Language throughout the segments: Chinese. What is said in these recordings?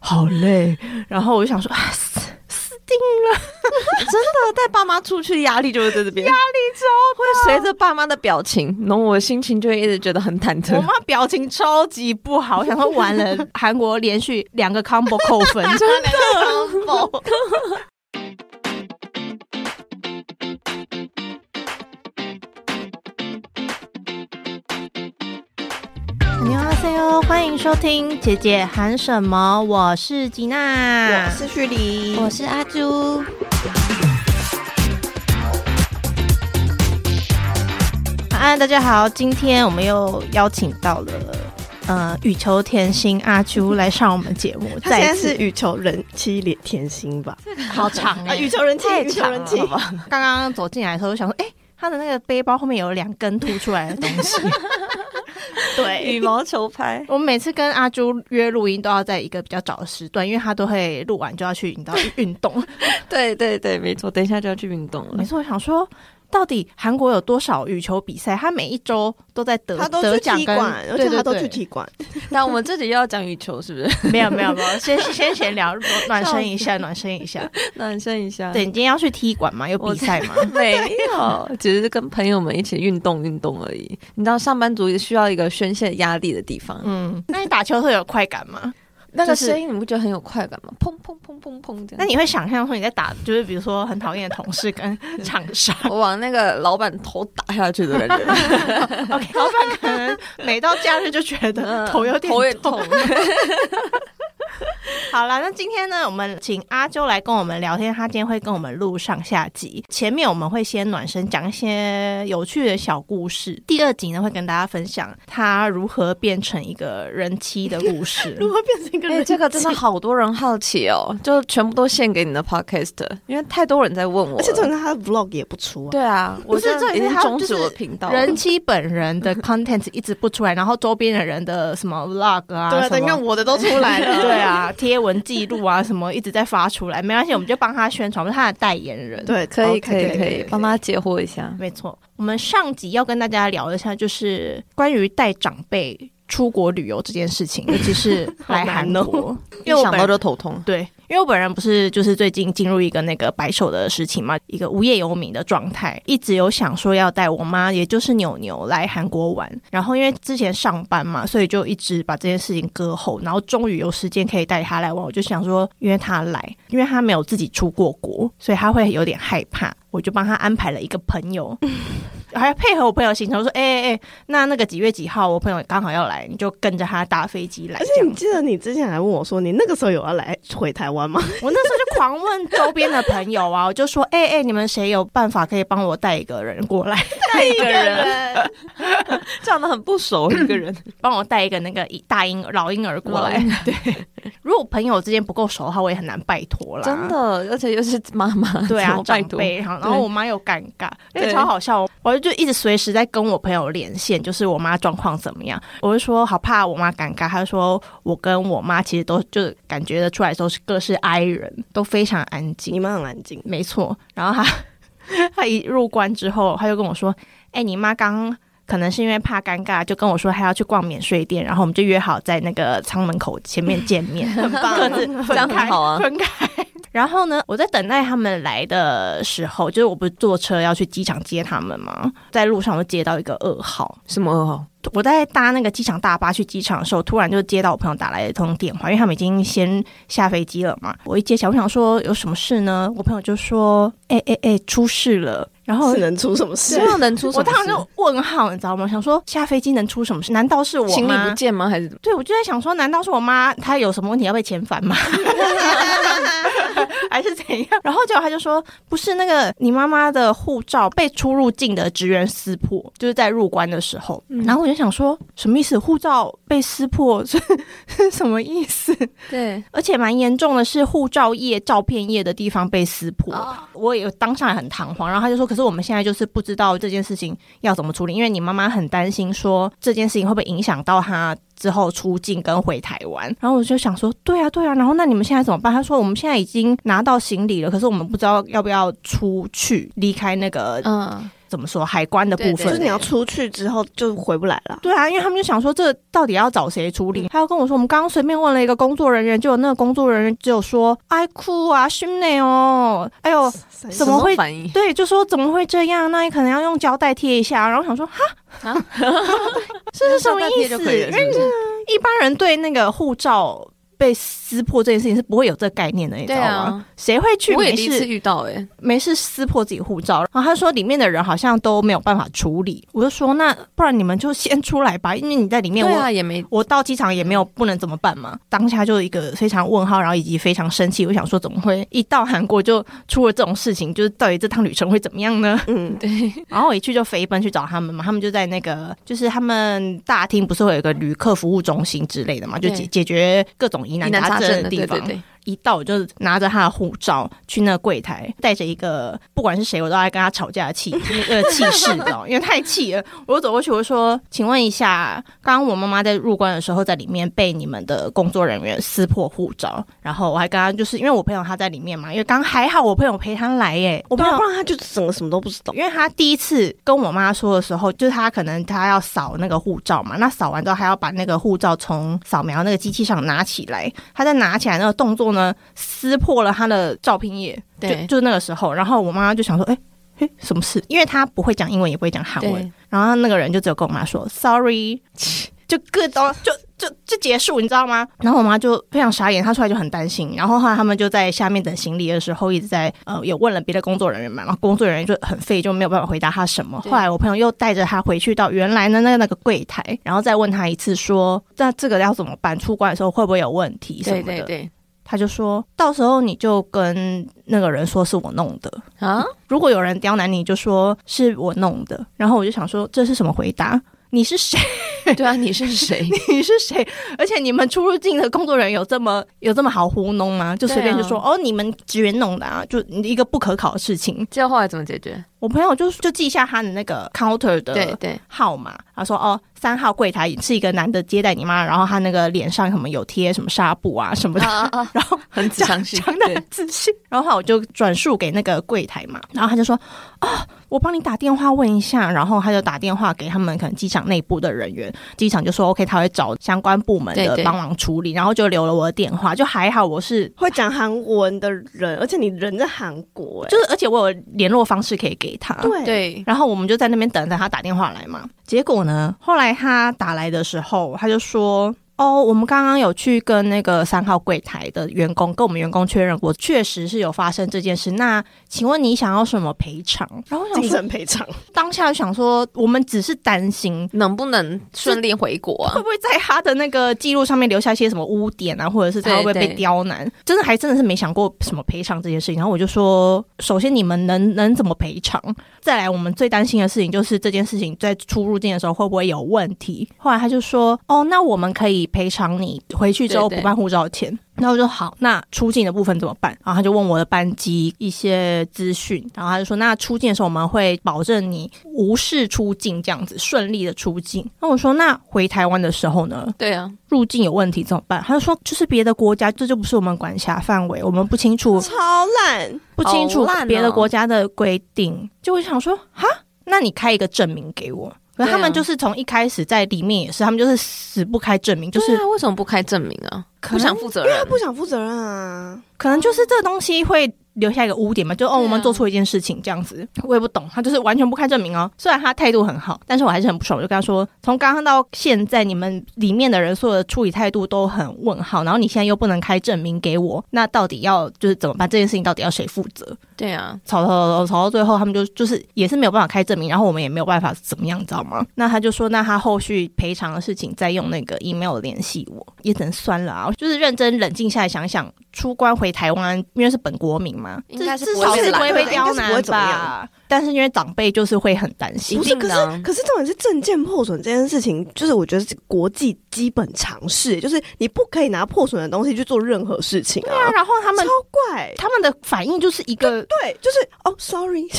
好累。然后我就想说，啊、死死定 了，真的带爸妈出去压力就会在这边，压力超会随着爸妈的表情，然后我的心情就会一直觉得很忐忑我。妈表情超级不好，我想说完 了，韩国连续两个 combo 扣分， 真的。你好，C O，欢迎收听《姐姐喊什么》，我是吉娜，我是徐黎，我是阿朱，安，大家好，今天我们又邀请到了呃羽球甜心阿朱来上我们节目，他再现在一是次羽球人妻脸甜心吧？好长啊，哎、羽球人妻，太羽球啊长人了妻，好刚刚走进来的时候，我想说，哎、他的那个背包后面有两根凸出来的东 西。对，羽毛球 拍。我每次跟阿朱约录音都要在一个比较早的时段，因为他都会录完就要去你知道运动。对对对，没错，等一下就要去运动每了。次我想说，到底韩国有多少羽球比赛？他每一周都在得他都得去奖踢跟，馆，而且他都去踢。踢馆。那我们这集又要讲羽球，是不 是？没有没有没有，先先闲 聊，暖身一下，暖身一下。暖身一下。对，你今天要去踢馆吗？有比赛吗？没有，只是跟朋友们一起运动运动而已。你知道，上班族也需要一个宣泄压力的地方。嗯，那你打球会有快感 吗？那个就是声音你不觉得很有快感吗？砰砰砰砰砰这样。那你会想象说你在打，就是比如说很讨厌的同事 跟厂商我往那个老板头打下去的感觉， ，OK，老板可能每到假日就觉嗯得头有点 嗯头也痛。好啦，那今天呢，我们请阿周来跟我们聊天，他今天会跟我们录上下集。前面我们会先暖身，讲一些有趣的小故事。第二集呢，会跟大家分享他如何变成一个人妻的故事。如何变成一个哎、人？这个真的好多人好奇哦，就全部都献给你的 podcast，因为太多人在问我了， 而且重点是他的 vlog 也不出啊。对啊，我不是真的重已点经是他终止就是我的频道了人妻本人的 content 一直不出来，然后周边的人的什么 vlog 啊， 对啊，什对，么你看我的都出来了。 对啊，贴文记录啊什么一直在发出来，没关系，我们就帮他宣传，我们是他的代言人。， 对，可以 OK，可以可以，帮他解惑一下。没错。我们上集要跟大家聊一下，就是关于带长辈出国旅游这件事 情，尤其是来韩好难哦国，一因为我想本到人就头痛。对，因为我本人不是就是最近进入一个那个白手的事情嘛，一个无业游民的状态，一直有想说要带我妈，也就是牛牛来韩国玩。然后因为之前上班嘛，所以就一直把这件事情搁后。然后终于有时间可以带她来玩，我就想说约她来，因为她没有自己出过国，所以她会有点害怕。我就帮她安排了一个朋 友，还配合我朋友行程，我说：“哎哎哎，那那个几月几号，我朋友刚好要来，你就跟着他搭飞机来。”而这且样你记得你之前还问我说，你那个时候有要来回台湾吗？我那时候就狂问周边的朋友啊，我就说：“哎、哎、你们谁有办法可以帮我带一个人过来，带一个 人，长得很 不熟一个人，帮我带一个那个大婴儿老婴儿过来？”对，如果朋友之间不够熟的话，我也很难拜托啦。真。的，而且又是妈妈， 对怎啊么，拜长托，辈，然后然后对我妈又尴尬，因为对超好笑，哦我就一直随时在跟我朋友连线，就是我妈状况怎么样，我就说好怕我妈尴尬，她就说我跟我妈其实都就是感觉得出来都是各是 I 人，都非常安静你。们很安静，没错。然后他 他一入关之后，他就跟我说：“哎、你妈刚可能是因为怕尴尬，就跟我说她要去逛免税店，然后我们就约好在那个仓门口前面见面， 很棒，各自这分样很开，好啊。分开。” 然后呢，我在等待他们来的时候，就是我不是坐车要去机场接他们嘛，在路上我就接到一个噩耗，什么哦？我在搭那个机场大巴去机场的时候，突然就接到我朋友打来的一通电话，因为他们已经先下飞机了嘛。我一接起来，我想说有什么事呢？我朋友就说：“哎哎哎，出事了。”然后 是能出什么事希？望能出什我么事？当时就问号，你知道吗？想说下飞机能出什么事？难道是我行李吗不见吗？还是怎么？对，我就在想说，难道是我妈她有什么问题要被遣返吗？ 还是怎样？然后结果他就说，不是那个你妈妈的护照被出入境的职员撕破，就是在入关的时候。然后我就想说，什么意思？护照被撕破是是什么意思？ 对，而且蛮严重的是，护照页、照片页的地方被撕破，哦我也当下很彷徨。然后他就说：“可是我们现在就是不知道这件事情要怎么处理，因为你妈妈很担心说这件事情会不会影响到她之后出境跟回台湾。”然后我就想说：“对啊，对啊。”然后那你们现在怎么办？他说：“我们现在已经拿到行李了，可是我们不知道要不要出去离开那个、嗯，怎么说海关的部分。就对是你要出去之后就回不来了。对啊，因为他们就想说这到底要找谁处理？他又跟我说，我们刚刚随便问了一个工作人员，就有那个工作人员只有说“哎哭啊，心内哦，哎呦，怎啊么会反应？对，就说怎么会这样？那你可能要用胶带贴一下。”然后想说，哈，啊这 是什么意思？就可以了，因为一般人对那个护照被撕破这件事情是不会有这个概念的，你知对道吗？啊，谁会去我也没第一次事遇到哎，没事撕破自己护照，然后他说里面的人好像都没有办法处理，我就说那不然你们就先出来吧，因为你在里面对我、啊，也没我到机场也没有不能怎么办嘛，当下就一个非常问号，然后以及非常生气，我想说怎么会一到韩国就出了这种事情，就是到底这趟旅程会怎么样呢？嗯， 对，然后我一去就飞奔去找他们嘛，他们就在那个就是他们大厅不是会有一个旅客服务中心之类的嘛，就对解解决各种疑难疑难杂症杂症的的地对方对。对，一到我就拿着他的护照去那个柜台，带着一个不管是谁，我都爱跟他吵架的气那个气势，你知 道吗因为太气了。我就走过去，我就说：“请问一下，刚刚我妈妈在入关的时候，在里面被你们的工作人员撕破护照，然后我还跟他就是因为我朋友他在里面嘛，因为刚还好我朋友陪他来耶、我对朋啊，友不然他就整个什么都不知道。因为他第一次跟我妈说的时候，就是他可能他要扫那个护照嘛，那扫完之后还要把那个护照从扫描那个机器上拿起来，他在拿起来那个动作呢，撕破了他的照片页，就对就是那个时候，然后我妈就想说，哎、哎，什么事？因为他不会讲英文，也不会讲韩文对，，然后那个人就只有跟我妈说 “sorry”，就 各都就就就结束，你知道吗？然后我妈就非常傻眼，她出来就很担心。然后后来他们就在下面等行李的时候，一直在呃有问了别的工作人员嘛，然后工作人员就很废，就没有办法回答他什么。对后来我朋友又带着他回去到原来的那那个柜台，然后再问他一次说：“那这个要怎么办？出关的时候会不会有问题什么对的？”对对他就说到时候你就跟那个人说是我弄的。啊，如果有人刁难你，就说是我弄的，然后我就想说这是什么回答？你是谁？ 对啊，你是 谁？你是谁？而且你们出入境的工作人员有这么有这么好糊弄吗？就随便就说、啊哦，你们职员弄的啊，就一个不可考的事情。结果后来怎么解决？我朋友就就记下他的那个 counter 对的对，号码，他说哦，三号柜台是一个男的接待你妈，然后他那个脸上什么有贴什么纱布啊什么的，啊啊啊，然后很详细，讲的对很仔细。然后后来我就转述给那个柜台嘛，然后他就说：“哦，我帮你打电话问一下。”然后他就打电话给他们可能机场内部的人员，机场就说：“OK，他会找相关部门对的对帮忙处理。然后就留了我的电话，就还好我是。会讲韩文的人，而且你人在韩国、哎，就是，而且我有联络方式可以给他。对对，然后我们就在那边等着他打电话来嘛。结果呢，后来他打来的时候，他就说：“哦，我们刚刚有去跟那个三号柜台的员工跟我们员工确认过，确实是有发生这件事。那请问你想要什么赔偿？”然后我想精说，神赔偿，当下就想说，我们只是担心。能不能顺利回国啊会？不会在他的那个记录上面留下一些什么污点啊，或者是他会不会对对被刁难？真的还真的是没想过什么赔偿这件事情。然后我就说，首先你们能能怎么赔偿？再来，我们最担心的事情就是这件事情在出入境的时候会不会有问题？后来他就说，哦，那我们可以赔偿你回去之后对补对办护照的钱。那我就好，那出境的部分怎么办？然后他就问我的班机一些资讯，然后他就说，那出境的时候我们会保证你无事出境，这样子顺利的出境。那我说，那回台湾的时候呢？对啊，入境有问题怎么办？他就说，就是别的国家，这就不是我们管辖范围，我们不清楚，超烂，不清楚好烂哦别的国家的规定。就我想说，哈，那你开一个证明给我。可是他们对啊就是从一开始在里面也是，他们就是死不开证明，就对是啊，为什么不开证明啊？可不能想负责任，他不想负责任啊，可能就是这个东西会留下一个污点嘛，就哦，对啊我们做错一件事情这样子，我也不懂，他就是完全不开证明哦。虽然他态度很好，但是我还是很不爽，我就跟他说，从刚刚到现在，你们里面的人所有的处理态度都很问号，然后你现在又不能开证明给我，那到底要就是怎么办？这件事情到底要谁负责？ 对啊，吵吵吵吵吵到最后，他们就就是也是没有办法开证明，然后我们也没有办法怎么样，你知道吗？那他就说，那他后续赔偿的事情再用那个 email 联系我，也只能算了啊。就是认真冷静下来想想，出关回台湾，因为是本国民嘛，应该至是至不会少是被不会被拦刁应该是不难会怎么吧样。但是因为长辈就是会很担心不，是，一定可的是啊可是重点是证件破损这件事情，就是我觉得是国际基本常识，就是你不可以拿破损的东西去做任何事情啊。对啊，然后他们超怪，他们的反应就是一个对，就是哦，sorry，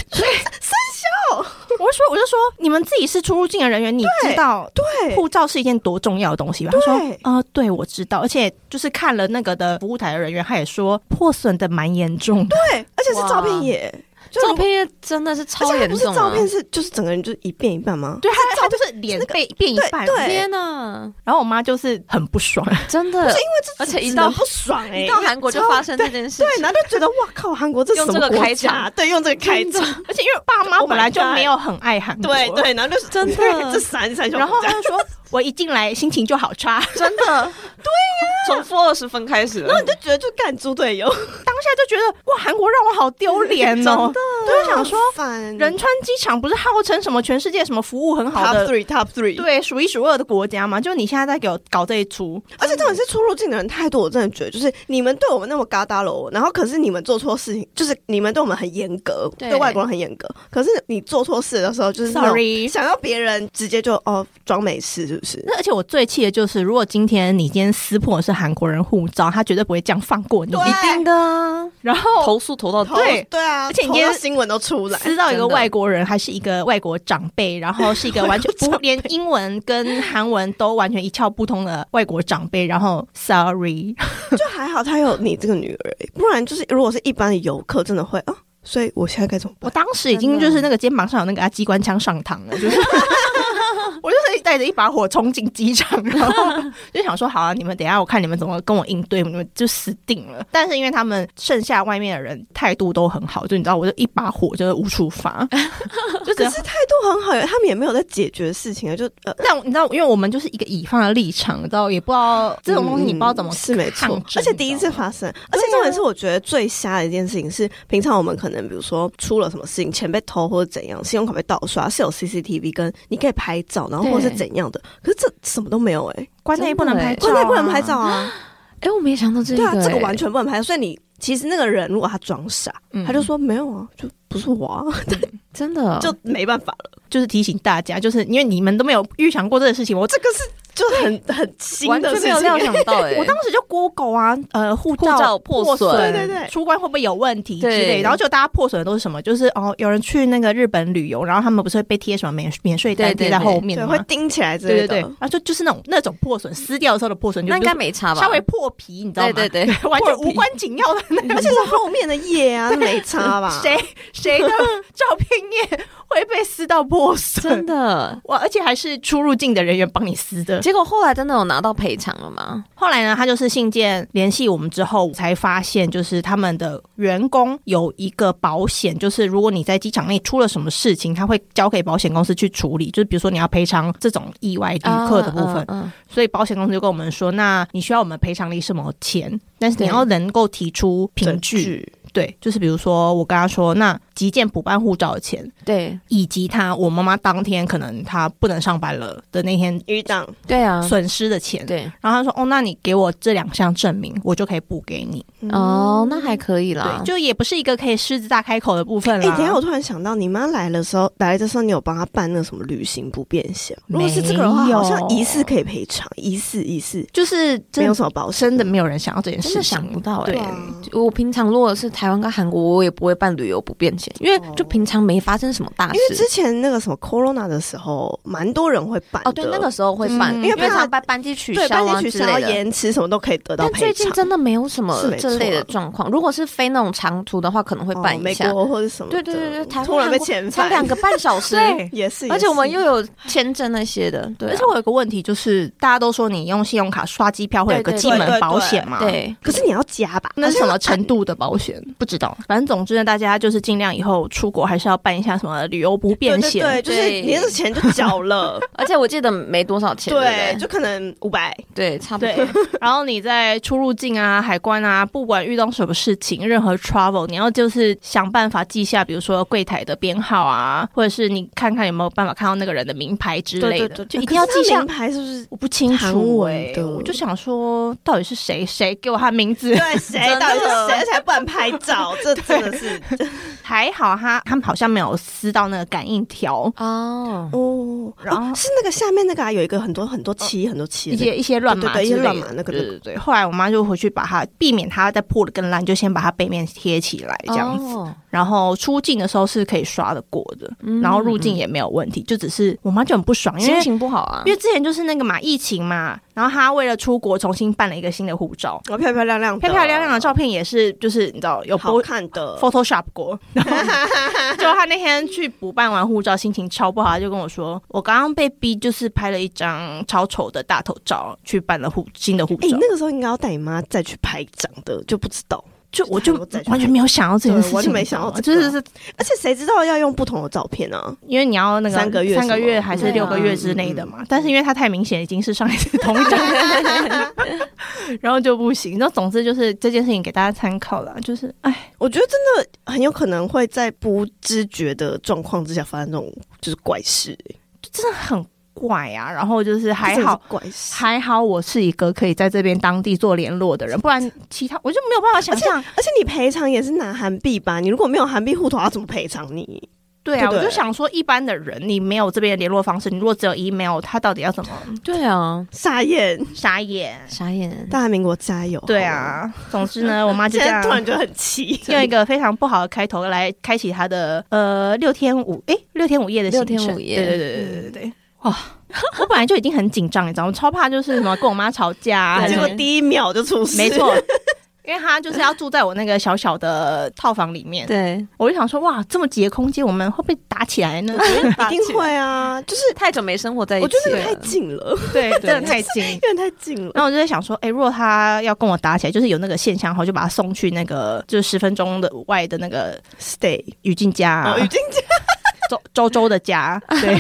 我就说，我就说，你们自己是出入境的人员，你知道对，护照是一件多重要的东西吧？他说对，呃，对，我知道，而且就是看了那个的服务台的人员，他也说破损的蛮严重的。对，而且是照片也，就照片真的是超而且它严不是重啊照！片是就是整个人就是一遍一遍吗？对， 他照就是脸被变一半，对对天哪，然后我妈就是很不爽，真的，而且一到不爽哎、一到韩国就发生这件事对，情，然后就觉得哇靠，韩国这用什这么个国开家？场对，用这个开 场，而且因为爸妈 Oh my 本来就 God 没有很爱韩国，对。 对，然后就是真的 对这三三小然后国家他就说，我一进来心情就好 差，当真 的，对呀，从负二十分开始了，然后你 就觉得就干猪队友，下就觉得哇，韩国让我好丢脸 哦。就想说烦仁川机场不是号称什么全世界什么服务很好 top 的 three top three，，对，数一数二的国家嘛，就你现在在给我搞这一出，而且这种是出入境的人太多，我真的觉得就是你们对我们那么嘎达喽，然后可是你们做错事情，就是你们对我们很严格，对对外国人很严格，可是你做错事的时候就是那种 Sorry 想要别人直接就哦装没事是不是？那而且我最气的就是，如果今天你今天撕破的是韩国人护照，他绝对不会这样放过你。对的啊，然后投诉投到底头 对对啊，而且你头今天到新闻都出来，撕到一个真的外国人，还是一个外国长 辈，然后是一个完全不连英文跟韩文都完全一窍不通的外国长辈，然后 sorry，就还好他有你这个女儿，欸不然就是如果是一般的游客，真的会啊。所以我现在该怎么我办？当时已经就是那个肩膀上有那个啊机关枪上膛了，就是 我就是带着一把火冲进机场，然 后就想说好啊，你们等一下我看你们怎么跟我应对，你们就死定了。但是因为他们剩下外面的人态度都很好，就你知道，我就一把火就是无处 发，就只可是态度很好耶，他们也没有在解决事情啊，就呃，但你知道，因为我们就是一个乙方的立场，你知道，也不知道这种东西，你不知道怎么、嗯是没错，而且第一次发生，而对且啊重点是我觉得最瞎的一件事情是，平常我们可能比如说出了什么事情，钱被偷或者怎样，信用卡被盗刷是有 CCTV 跟你可以拍照，然后对或者是怎样的，可是这什么都没有哎、关内不能拍照、关键不能拍照，啊，哎，我没想到这对啊，这个哎完全不能拍，所以你。其实那个人如果他装傻，嗯他就说没有啊，就不是我、啊， 真的就没办法了。就是提醒大家，就是因为你们都没有预想过这个事情，我这个是就 很很新完的全事没有情料。想到哎，我当时就 Google 啊，呃，护护照破破损对对对出关会不会有问题之对类，然后就大家破损的都是什么？就是哦，有人去那个日本旅游，然后他们不是会被贴什么免免税单对对贴在后面对，吗？会钉起来之对类对的。对，然后就就是那种那种破损，撕掉的时候的破损，就那应该比没差如吧？说稍微破皮，你知道吗？对嗯对对，完全 破皮无关紧要的 那种。而且是后面的页啊，那没差 吧？谁谁的照片页会被撕到破真 损？的。哇！而且还是出入境的人员帮你撕的。结果后来真的有拿到赔偿了吗？后来呢，他就是信件联系我们之后，才发现就是他们的员工有一个保险，就是如果你在机场内出了什么事情，他会交给保险公司去处理。就是比如说你要赔偿这种意外旅客的部分，嗯，嗯所以保险公司就跟我们说，那你需要我们赔偿你什么钱，但是你对要能够提出凭据。据对，就是比如说我跟他说，那急件补办护照的钱，嗯对以及他我妈妈当天可能她不能上班了的那天余党对啊，损失的钱。对然后他说：“哦，那你给我这两项证明，我就可以补给你。哦，那还可以啦对，。就也不是一个可以狮子大开口的部分哎、啦。等一下我突然想到，你妈来的时候，来的时候你有帮她办那什么旅行不便险？如果是这个的话，没有好像疑似可以赔偿，疑似疑似就是没有真什么保险真的没有人想要这件事真情，的想不到哎、对对啊我平常如果是台湾跟韩国，我也不会办旅游不便险，因为就平常没发生什么大因为事之。前那个什么 corona 的时候，蛮多人会办的哦，对，那个时候会办，嗯因为因为怕常办班机取消对，班啊级之取消、类的。延迟什么都可以得到但最赔近偿。真的没有什么是没错啊这类的状况。如果是飞那种长途的话，可能会办哦一美下。国或者什么的，对对对对，台湾突然韩被国遣才返，两个半小时，对也是，而且我们也又是有签证那些的，对啊、而且我有个问题，就是大家都说你用信用卡刷机票会有个对对基对本对保险嘛？。对可是你要加吧？那是什好像么程度的保险？不知道。反正总之呢，大家就是尽量样以后出国还是要办一下什么旅游不便对险，对，对就是对你那个钱就缴了，而且我记得没多少钱， 对对，不就对，可能五百，对，差不多。对，然后你在出入境啊、海关啊，不管遇到什么事情，任何 travel，你要就是想办法记下，比如说柜台的编号啊，或者是你看看有没有办法看到那个人的名牌之类的，就一定要记下名。牌，是不是？我不清韩楚文哎、的我就想说，到底是谁谁给我他名字？对，谁真的到底是谁？而且还不能拍照，这真的是 还好他他们好像没有撕到那个感应条， 哦，哦。然后哦是那个下面那个啊，有一个很多很多漆，很多漆一的。嗯些一些乱码对对对之类的一些乱码那个对对对。后来我妈就回去把它避免它再破的更烂，就先把它背面贴起来这样子。哦然后出境的时候是可以刷得过的，然后入境也没有问题，就只是我妈就很不爽，因为心情不好啊因，为之前就是那个嘛疫情嘛，然后她为了出国重新办了一个新的护照，然后哦漂漂亮亮的，漂漂亮亮的照片也是就是你知道有好 po 看的。 Photoshop 过，然后就她那天去补办完护照，心情超不好，她就跟我说，我刚刚被逼就是拍了一张超丑的大头照去办了护新的护哎、照，那个时候应该要带你妈再去拍一张的，就不知道。就我就我再去完全没有想到这件对事情，我就没想到你知这道吗个就是是而且谁知道要用不同的照片呢、啊？因为你要那个三个月三个什月么还是六个月之内的嗯嘛。但是因为它太明显，已经是上一次同一张， 然后就不行。那总之就是这件事情给大家参考啦，就是哎，我觉得真的很有可能会在不知觉的状况之下发生这种就是怪事、欸真的很怪啊。然后就是还这真的好是。怪事。还好我是一个可以在这边当地做联络的人，不然其他我就没有办法想象。而且你赔偿也是拿韩币吧？你如果没有韩币户头，要怎么赔偿你？对啊，对我就想说，一般的人你没有这边的联络方式，你如果只有 email，他到底要怎么对啊，傻眼！傻眼？傻眼。大韩民国加油！对，啊，总之呢，我妈就 现这样在突然觉得很气。用一个非常不好的开头来开启他的呃六天五诶，六天五夜的行程，六天五夜对 对对对嗯对对对，哇！我本来就已经很紧张，你知道吗？我超怕就是什么跟我妈吵架、 啊，结什果么第一秒就出事，没错，因为他就是要住在我那个小小的套房里面，对，我就想说哇，这么挤的空间，我们会不会打起来呢？ 一定会啊！就是太久没生活在一我起觉得那了，个太近了，对，真的太 近。有点太近了。然后我就在想说，哎、如果他要跟我打起来，就是有那个现象，我就把他送去那个就是十分钟的外的那个 Stay，语境家、啊哦，已经 周周周的家，对，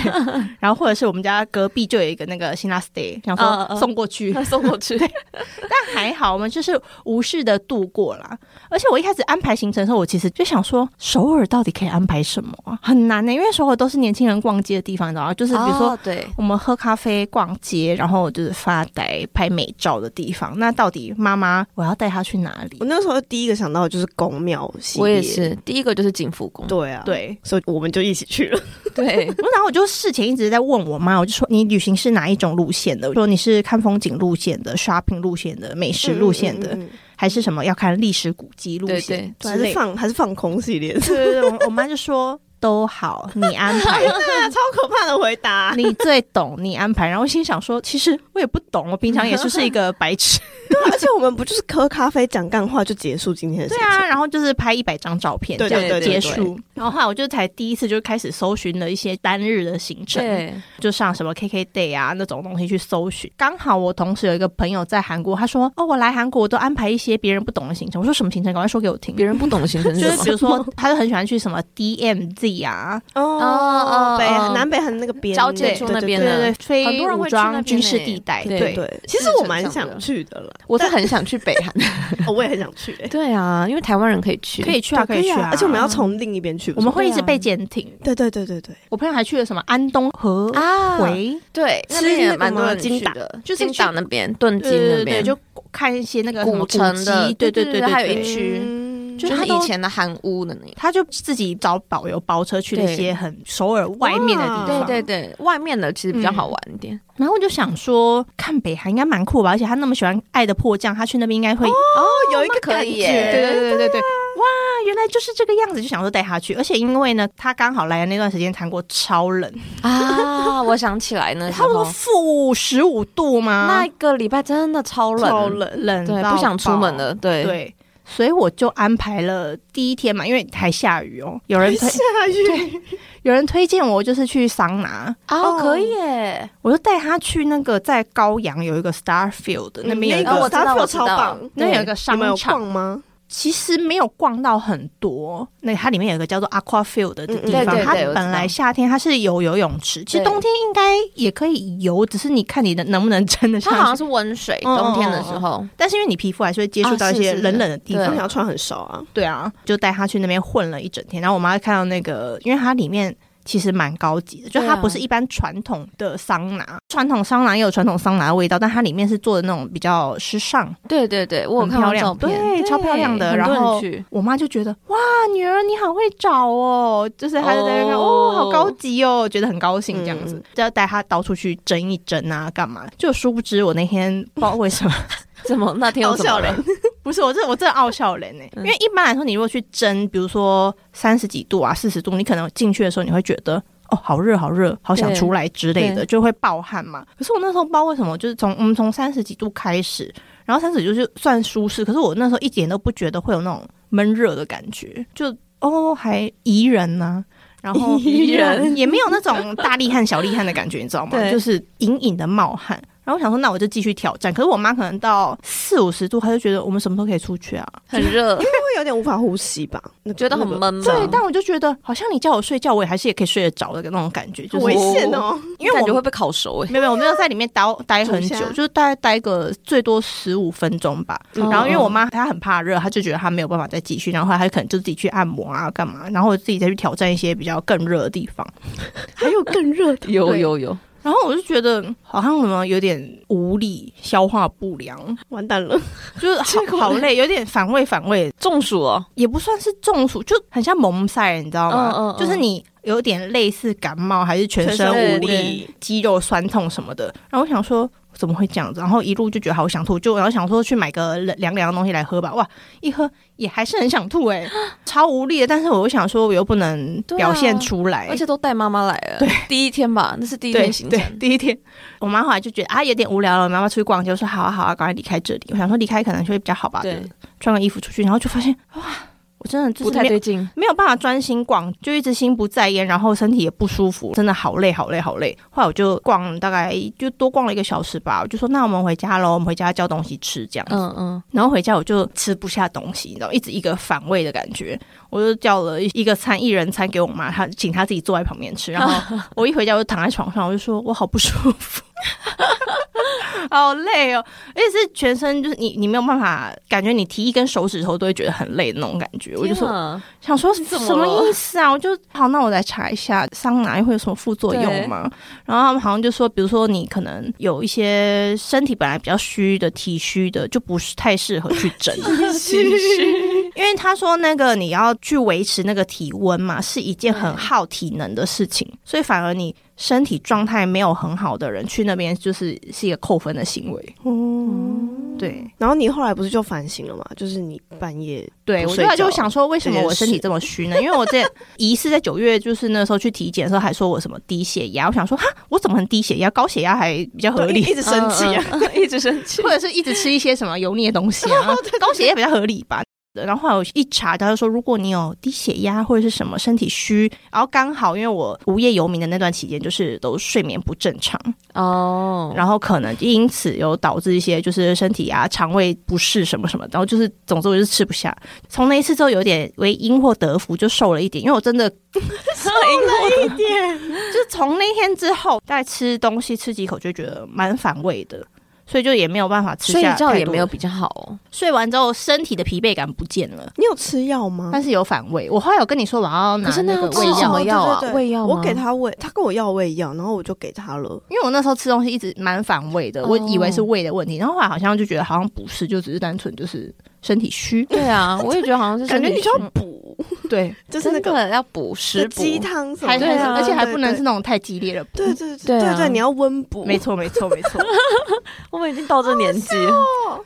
然后或者是我们家隔壁就有一个那个辛拉 stay，想嗯说嗯送过去，太送过去，但还好我们就是无视的度过啦。而且我一开始安排行程的时候，我其实就想说，首尔到底可以安排什么啊、很难呢、因为首尔都是年轻人逛街的地方，你知道吗？就是比如说哦对，我们喝咖啡、逛街，然后就是发呆、拍美照的地方。那到底妈妈我要带她去哪里我？那时候第一个想到的就是宫庙系列我也，是，第一个就是景福宫，对啊，，对，所以我们就一起去了。对，然后我就事前一直在问我妈，我就说你旅行是哪一种路线的？我说你是看风景路线的、shopping 路线的、美食路线的，嗯嗯嗯还是什么要看历史古迹路对线对嗯之还类是的？放还是放空系列，对对对，我我妈就说都好，你安排，啊，超可怕的回 答。你最懂，你安排。然后我心想说，其实我也不懂，我平常也就是一个白痴。啊而且我们不就是喝咖啡讲干话就结束今天的事对情？啊，然后就是拍一百张照片这对样对对结对束。然后后来我就才第一次就开始搜寻了一些单日的行程，对，就上什么 KK Day 啊那种东西去搜寻。刚好我同时有一个朋友在韩国，他说：“哦，我来韩国我都安排一些别人不懂的行程。”我说：“什么行程？赶快说给我听。”别人不懂的行程就是是什比么？如 说，他就很喜欢去什么 DMZ 啊，哦哦北哦南北韩那个边交界处那边对的对对，很非多人武会去那边装军事欸地带，对对对对。其实我蛮想去的了，我是很想去北韩， 哦我也很想去，欸对啊，因为台湾人可以去，可以去啊，对以去啊，而且我们要从另一边去，我们会一对直啊被监听。对对对对对，我朋友还去了什么安东和啊，回，对，那边吃那也个蛮多吗人金去党的，就是金去党那边，盾金对对那对，边，就看一些那个古什么城迹的对对对对对还有对一区嗯就就是他是都以前的韩屋的那里。他就自己找导游包车去了一对些很首尔外面的地哇方。对对对，外面的其实比较好玩一点。然后我就想说，看北韩应该蛮酷吧，而且他那么喜欢《爱的迫降》，他去那边应该会。哦，有一个可以耶，对对对对对对，哇，原来就是这个样子，就想说带他去。而且因为呢，他刚好来的那段时间，韩国超冷，啊， 我想起来那时差不多候，负十五度吗？那个礼拜真的超冷，超冷，冷对，到不想出门爆了，对对，所以我就安排了第一天嘛，因为还下雨哦。有人推下雨，有人推荐我，就是去桑拿，啊，可以耶，我就带他去那个在高阳有一个 Starfield 那边有一那个哦我知道 Starfield 我知道超棒，那边有一个你们商有场逛，吗？其实没有逛到很多。那它里面有一个叫做 Aqua Field 的地嗯嗯对方，对它对我知本来道夏天它是有游泳池，其实对冬天应该也可以游，只是你看你的能不能真的它好上像去。是温水，嗯冬天的时候，但是因为你皮肤还是会接触啊到一是些是冷冷的地对方，那你要穿很少啊。对啊，就带他去那边混了一整天。然后我妈看到那个，因为它里面其实蛮高级的，就对它啊不是一般传统的桑拿，传统桑拿也有传统桑拿的味道，但它里面是做的那种比较时尚，对对对，我有很看漂到亮照片，对超漂亮的很多人然后去我妈就觉得哇，女儿你好会找哦，就是她就在那边看哦哦好高级哦，觉得很高兴这样子，嗯就要带她到处去蒸一蒸啊，干嘛？就殊不知我那天不知道为什么，怎么那天好有怎么笑了人， 不是我这我真的傲笑人呢、嗯因为一般来说你如果去蒸，比如说三十几度啊、四十度，你可能进去的时候你会觉得。哦，好热，好热，好想对出来之类的，对就会暴汗嘛。可是我那时候不知道为什么，就是从我们从三十几度开始，然后三十就是算舒适，可是我那时候一点都不觉得会有那种闷热的感觉，就哦还宜人呢、然 后宜人也没有那种大力汗、小力汗的感觉，你知 道吗？对就是隐隐的冒汗。然后我想说，那我就继续挑战。可是我妈可能到四五十度，她就觉得我们什么时候可以出去啊？很热，会有点无法呼吸吧？那个觉得很那个闷嘛。对，但我就觉得好像你叫我睡觉，我也还是也可以睡得着的那种感觉，就很是危险哦。因为感我觉会被烤熟 哎。没有没有，我没有在里面 待待很久煮一，下哦就是大概待个最多十五分钟吧。嗯然后因为我妈她很怕热，她就觉得她没有办法再继续，然后后来她可能就自己去按摩啊干嘛，然后我自己再去挑战一些比较更热的地方。还有更热的， 有对有有，然后我就觉得好像什么有点无力，消化不良，完蛋了。就是好好累，有点反胃反胃，中暑哦，也不算是中暑，就很像蒙晒，你知道吗？嗯嗯嗯就是你有点类似感冒，还是全身全身无无力力、肌肉酸痛什么的。然后我想说。怎么会这样子？然后一路就觉得好想吐，就然后想说去买个冷凉凉的东西来喝吧。哇，一喝也还是很想吐哎、 超无力的。但是我又想说，我又不能对啊表现出来，而且都带妈妈来了，对，第一天吧，那是第一哎对天行对程，第一天，我妈后来就觉得啊有点无聊了，我妈妈出去逛街，我说好啊好啊，赶快离开这里。我想说离开可能就会比较好吧，对，穿个衣服出去，然后就发现哇，我真的就是不太没有对劲，没有办法专心逛，就一直心不在焉，然后身体也不舒服，真的好累好累好累。后来我就逛大概就多逛了一个小时吧，我就说那我们回家喽，我们回家叫东西吃这样子。嗯嗯，然后回家我就吃不下东西，你知道，一直一个反胃的感觉。我就叫了一个餐，一人餐给我妈，她请她自己坐在旁边吃。然后我一回家我就躺在床上，我就说我好不舒服， 好累哦，而且是全身就是你你没有办法感觉你提一根手指头都会觉得很累的那种感觉。我就说说想说什怎么么了意思啊？我就好，那我来查一下桑拿会有什么副作用吗？然后他们好像就说，比如说你可能有一些身体本来比较虚的、体虚的，就不是太适合去 蒸。因为他说那个你要去维持那个体温嘛，是一件很耗体能的事嗯情，所以反而你身体状态没有很好的人去那边，就是是一个扣分的行为。哦，对。然后你后来不是就反省了嘛？就是你半夜对，不我睡后来就觉想说，为什么我身体这么虚 呢？因为我这疑似在九月，就是呃那时候去体检的时候，还说我什么低血压。我想说，哈，我怎么很低血压？高血压还比较合对 一理，嗯一直生气啊，啊，一直生气或，者是一直吃一些什么油腻的东 西啊？高血压比较合理吧。然后后来我一查，他就说，如果你有低血压或者是什么身体虚，然后刚好因为我无业游民的那段期间，就是都睡眠不正常，哦，然后可能因此有导致一些就是身体啊、肠胃不适什么什么，然后就是总之我就是吃不下。从那一次之后有点为因祸得福，就瘦了一点，因为我真的 一点。就是从那天之后，再吃东西吃几口就觉得蛮反胃的。所以就也没有办法吃睡下觉太也多没有的比较好哦，睡完之后身体的疲惫感不见了，你有吃药吗？但是有反胃。我后来有跟你说我要拿可是那那个要吃胃什药么，药啊哦对对对胃药吗我给他胃，他跟我要胃药，然后我就给他了。因为我那时候吃东西一直蛮反胃的，我以为是哦胃的问题，然后后来好像就觉得好像不是，就只是单纯就是身体虚。对啊，我也觉得好像是感觉身体你就虚要补，对， 就是那真个的要补食的补，鸡汤什么还的，对，对啊而且还不能是那种太激烈的。对对对对啊对对，你要温补。嗯 没错，没错，没错。我们已经到这年纪了，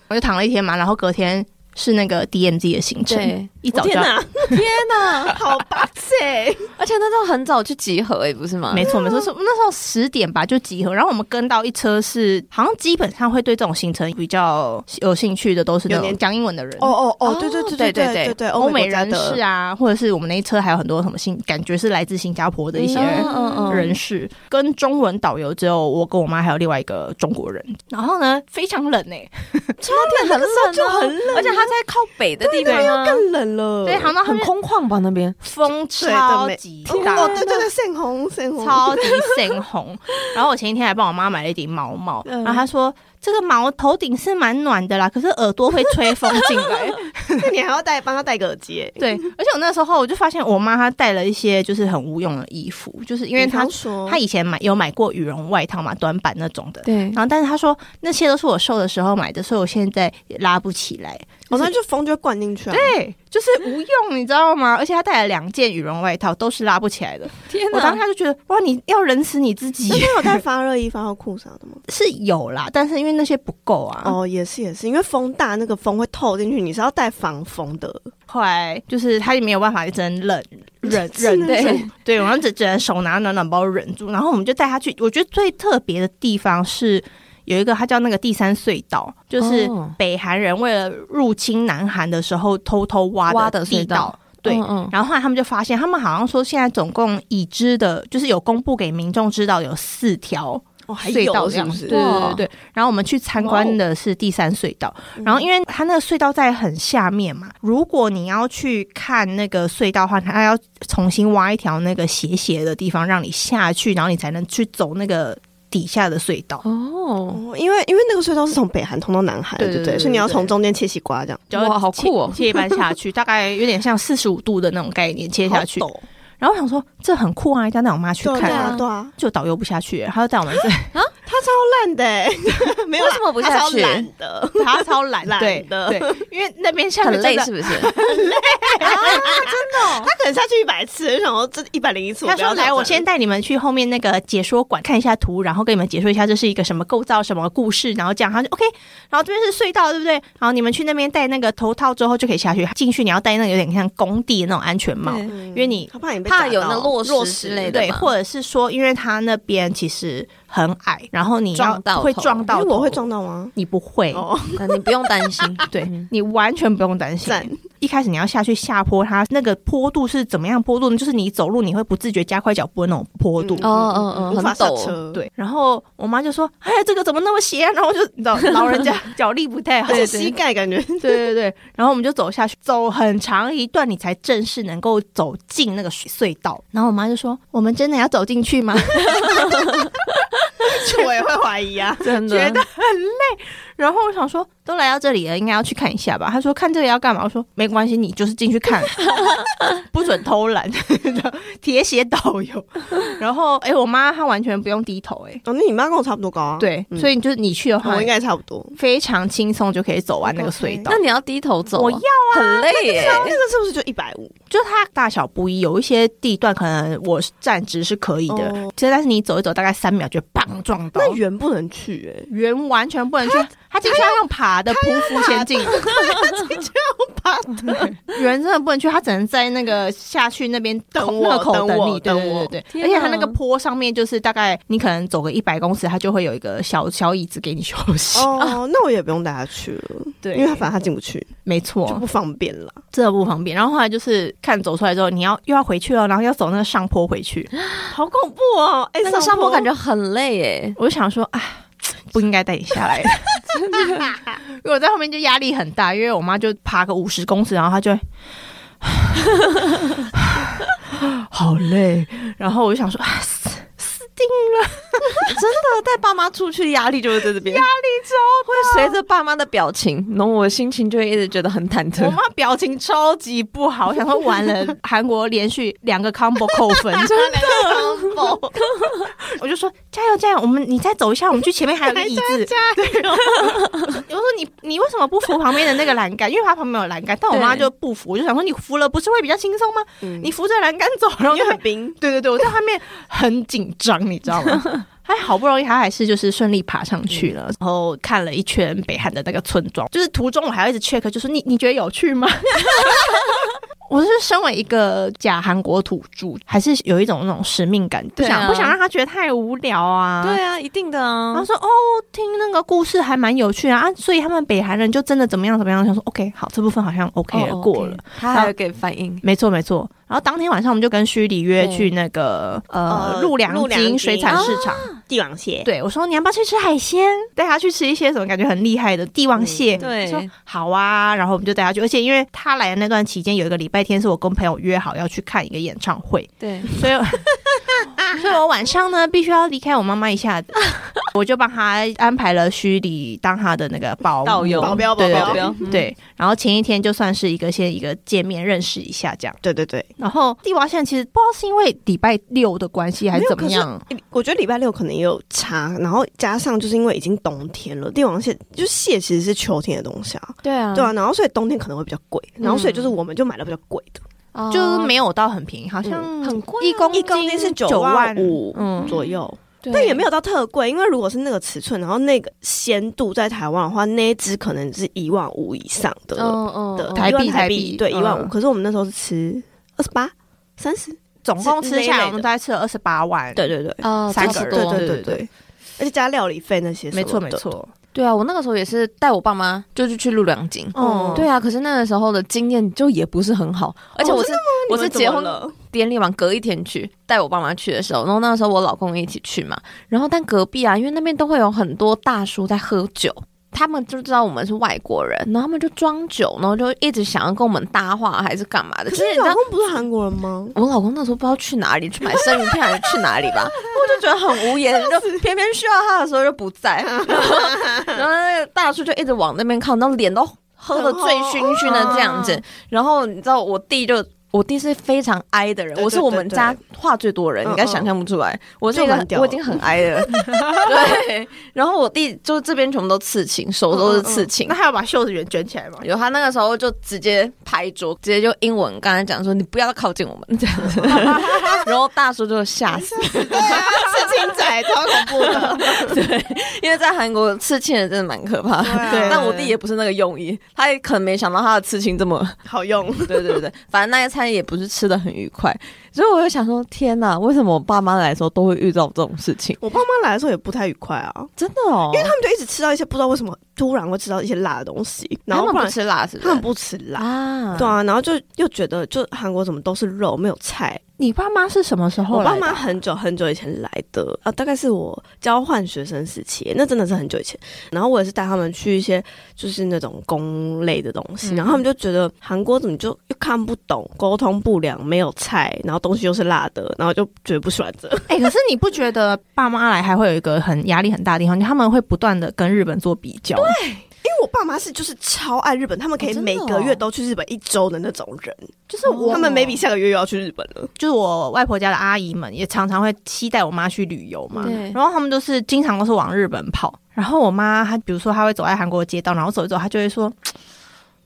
我就躺了一天嘛，然后隔天是那个 DMZ 的行程，对，一我早就天要哪， 天哪，好霸气！ 而且那时候很早去集合哎，不是吗？没错，没错，是那时候十点吧就集合，然后我们跟到一车是，好像基本上会对这种行程比较有兴趣的都是那有种点讲英文的人，哦哦哦，对对哦对对对对对对，Oh 对，欧美美国家人的士啊，或者是我们那一车还有很多什么新，感觉是来自新加坡的一些嗯嗯嗯人士，跟中文导游只有我跟我妈还有另外一个中国人。然后呢，非常冷诶、欸那天很冷、啊，那个时候就很冷啊而且它在靠北的地方啊，更冷了。哦对，，航到后很面空旷吧那边？风对的超没级天大哦，，对对对，盛红盛红， 超级鲜红。然后我前一天还帮我妈买了一顶毛毛，嗯然后她说这个毛头顶是蛮暖的啦，可是耳朵会吹风进 来。那你还要戴帮他戴个耳机耶，对，而且我那时候我就发现我妈她带了一些就是很无用的衣服，就是因为比她方说她以前买有买过羽绒外套嘛，短版那种的。对然后，但是她说那些都是我瘦的时候买的，所以我现在也拉不起来。哦，那就风就会灌进去啊。对，就是无用，你知道吗？而且她带了两件羽绒外套，都是拉不起来的。天我当下就觉得，哇，你要仁慈你自己那。边有带发热衣、发热裤啥的吗？是有啦，但是因为那些不够啊。哦，也是也是，因为风大，那个风会透进去，你是要带防风的。后来就是他也没有办法，就只能忍 忍是忍那住种。对，然后只只能手拿暖暖包忍住。然后我们就带他去，我觉得最特别的地方是。有一个，它叫那个第三隧道，就是哦北韩人为了入侵南韩的时候偷偷挖挖的的地隧道道。对，嗯然后后来他们就发现，他们好像说现在总共已知的，就是有公布给民众知道有四条哦，还隧道有这是样不子是？对对哇对对。然后我们去参观的是第三隧道，嗯然后因为它那个隧道在很下面嘛，如果你要去看那个隧道的话，它要重新挖一条那个斜斜的地方让你下去，然后你才能去走那个底下的隧道。哦，哦，因为因为那个隧道是从北韩通到南韩，对对对不对对？对所以你要对从中间切西瓜这样，就要哇好酷哦切切一半下去，大概有点像四十五度的那种概念切下去好。陡然后我想说这很酷啊，一定要带我妈去对啊看对啊。啊对啊，就导游不下去，他就带我们这，他超烂的欸， 没有啊啦为什么不他下超去懒 的，他超懒，懒对的 对，因为那边下面很累真的是不是？他可能下去一百次，就想说这一百零一次，他说：“来，我先带。带你们去后面那个解说馆看一下图，然后跟你们解说一下这是一个什么构造、什么故事，然后这样他就 OK。然后这边是隧道，对不对？然后你们去那边戴那个头套之后就可以下去。进去你要戴那个有点像工地的那种安全帽，对因为你嗯他怕你 被怕打有到那落落石石之类的对，嘛或者是说，因为它那边其实很矮，然后你要撞到头会撞因到为头，我会撞到吗？你不会，哦， 那你不用担 心，嗯对你完全不用担心 赞。一开始你要下去下坡，它那个坡度是怎么样坡度呢？就是你走路你会不自觉加快脚步的那种坡度。哦嗯哦哦无很法陡刹车，，对，然后我妈就说：“哎呀，这个怎么那么斜、啊？”然后就你知道老人 家脚力不太好，而且膝盖感觉 对对对。然后我们就走下去，走很长一段，你才正式能够走进那个隧道。然后我妈就说：“我们真的要走进去吗我也会怀疑啊。真觉得？”然后我想说，都来到这里了，应该要去看一下吧。她说：“看这个要干嘛？”我说：“没关系，你就是进去看，不准偷懒，铁血导游。”然后，哎、我妈她完全不用低头、哎， 哦，那你妈跟我差不多高啊，对，嗯所以你就是你去的话我应。该差不多。非常轻松就可以走完那个隧道。那你要低头走啊，我要很累耶。那个是不是就一百五？就它大小不一，有一些地段可能我站直是可以的，哦其实但是你走一走，大概三秒就砰撞到。那圆不能去哎，圆完全不能去，它进去要用爬的匍匐前进， 圆真的不能去，它只能在那个下去那边等空我那口等你，对我等对我啊对对，天而且它哪那个坡上面就是大概你可能走个一百公尺，它就会有一个小小椅子给你休息， 哦，那我也不用带他去了，对因为他反正他进不去，没就错不，方便了。这不方便。然后后来就是看走出来之后，你要又要回去了，然后要走那个上坡回 去，好恐怖哦！哎那个上坡 感觉很累耶，我就想说啊，不应该带你下来的，因为我在后面就压力很大，因为我妈就爬个五十公尺，然后她就会 好累，然后我就想说啊，死死定了，带爸妈出去压力就会在这边，压力超会随着爸妈的表情，然后我心情就会一直觉得很忐忑我。妈表情超级不好，我想说完了，韩国连续两个 combo 扣分， 真的 combo，我就说加油加油，我们你再走一下，我们去前面 还有个椅子， 我说你你为什么不扶旁边的那个栏杆？因为它旁边有栏杆，但我妈对就不扶，我就想说你扶了不是会比较轻松吗？嗯你扶着栏杆走，然后 因为就很冰，对对对，我在外面很紧张，你知道 吗？还好不容易，他还是就是顺利爬上去了，嗯然后看了一圈北韩的那个村庄，就是途中我还要一直 check，就说你你觉得有趣 吗？我是身为一个假韩国土著，还是有一种那种使命感，不对啊想、不想让他觉得太无聊啊。 对啊，一定的然后啊，说哦，听那个故事还蛮有趣啊，啊所以他们北韩人哦就真的怎么样怎么样，想说 OK，好，这部分好像 OK 了，过了。他还有给反应，没错没错，然后当天晚上我们就跟虚里约对去那个呃哦呃陆良陆良金金啊水产市场，帝王蟹，对我说你要不要去吃海鲜？带他去吃一些什么感觉很厉害的帝王蟹。嗯对说好啊，然后我们就带他去，而且因为他来的那段期间有一个礼拜天是我跟朋友约好要去看一个演唱会，对，所以，所以我晚上呢必须要离开我妈妈一下子，我就帮他安排了虚里当他的那个保姆导游保镖对对保对镖嗯对，然后前一天就算是一个先一个见面认识一下这样，对对对，然后地娃现在其实不知道是因为礼拜六的关系还是怎么样，我觉得礼拜六可能也有差，然后加上就是因为已经冬天了，帝王蟹就是蟹其实是秋天的东西啊，对啊，对啊，然后所以冬天可能会比较贵，然后所以就是我们就买了比较贵的，哦就是没有到很便宜，好像嗯很贵啊一公一公斤是九万五五，嗯，左右，对但也没有到特贵，因为如果是那个尺寸，然后那个鲜度在台湾的话，那一只可能是一万五以上的、嗯嗯的嗯台币1万台台币对一万五，嗯可是我们那时候是吃二十八、三十，总共吃下之类来的我们大概吃了二十八万，对对对，哦，三差个不人多对对对对对，而且加料理费那些什么没错的没，错，对啊，我那个时候也是带我爸妈就是去陆良金。嗯嗯，对啊，可是那个时候的经验就也不是很好，而且我是、我是结婚了，典礼完隔一天去，带我爸妈去的时候，然后那个时候我老公也一起去嘛，然后但隔壁啊，因为那边都会有很多大叔在喝酒。他们就知道我们是外国人，然后他们就装酒，然后就一直想要跟我们搭话还是干嘛的。可就是是你你知道老，公不是韩国人吗？我老公那时候不知道去哪里，去买生鱼片还是去哪里吧，我就觉得很无言，就偏偏需要他的时候就不 在，然后然后那个大叔就一直往那边靠，然后脸都喝的醉醺醺的这样子哦，然后你知道我弟就。我弟是非常哀的人，对对我是我们对家话最多的人，嗯你应该想象不出来。我是一就个蛮屌的我已经很哀 了，对。然后我弟就这边全部都刺青，手嗯都是刺青那，还要把袖子圆卷起来 吗？有他那个时候就直接拍桌，直接就英文刚才讲说你不要靠近我们这样子， 然后大叔就吓死，刺青仔超恐怖的，因为在韩国刺青人真的蛮可怕的。啊对但我弟也不是那个用意，他也可能没想到他的刺青这么……好用，对对对，反正那一餐也不是吃的很愉快，所以我就想说，天哪，为什么我爸妈来的时候都会遇到这种事情？我爸妈来的时候也不太愉快啊。真的哦，因为他们就一直吃到一些不知道为什么突然会吃到一些辣的东西，然后他不们然不吃辣是不他们是？不吃辣，啊对，啊，然后就又觉得就韩国怎么都是肉没有菜。你爸妈是什么时候我来爸的？妈很久很久以前来的，啊，大概是我交换学生时期，那真的是很久以前。然后我也是带他们去一些就是那种工类的东西，嗯然后他们就觉得韩国怎么就又看不懂，沟通不良，没有菜，然后东西又是辣的，然后就觉得不喜欢这。哎、可是你不觉得爸妈来还会有一个很压力很大的地方，就他们会不断的跟日本做比较？对，因为我爸妈是就是超爱日本，他们可哦以真的每哦个月都去日本一周的那种人，就是我他们 maybe 下个月又要去日本了。就是我外婆家的阿姨们也常常会期待我妈去旅游嘛对，然后他们都是经常都是往日本跑。然后我妈她比如说她会走在韩国街道，然后走一走，她就会说：“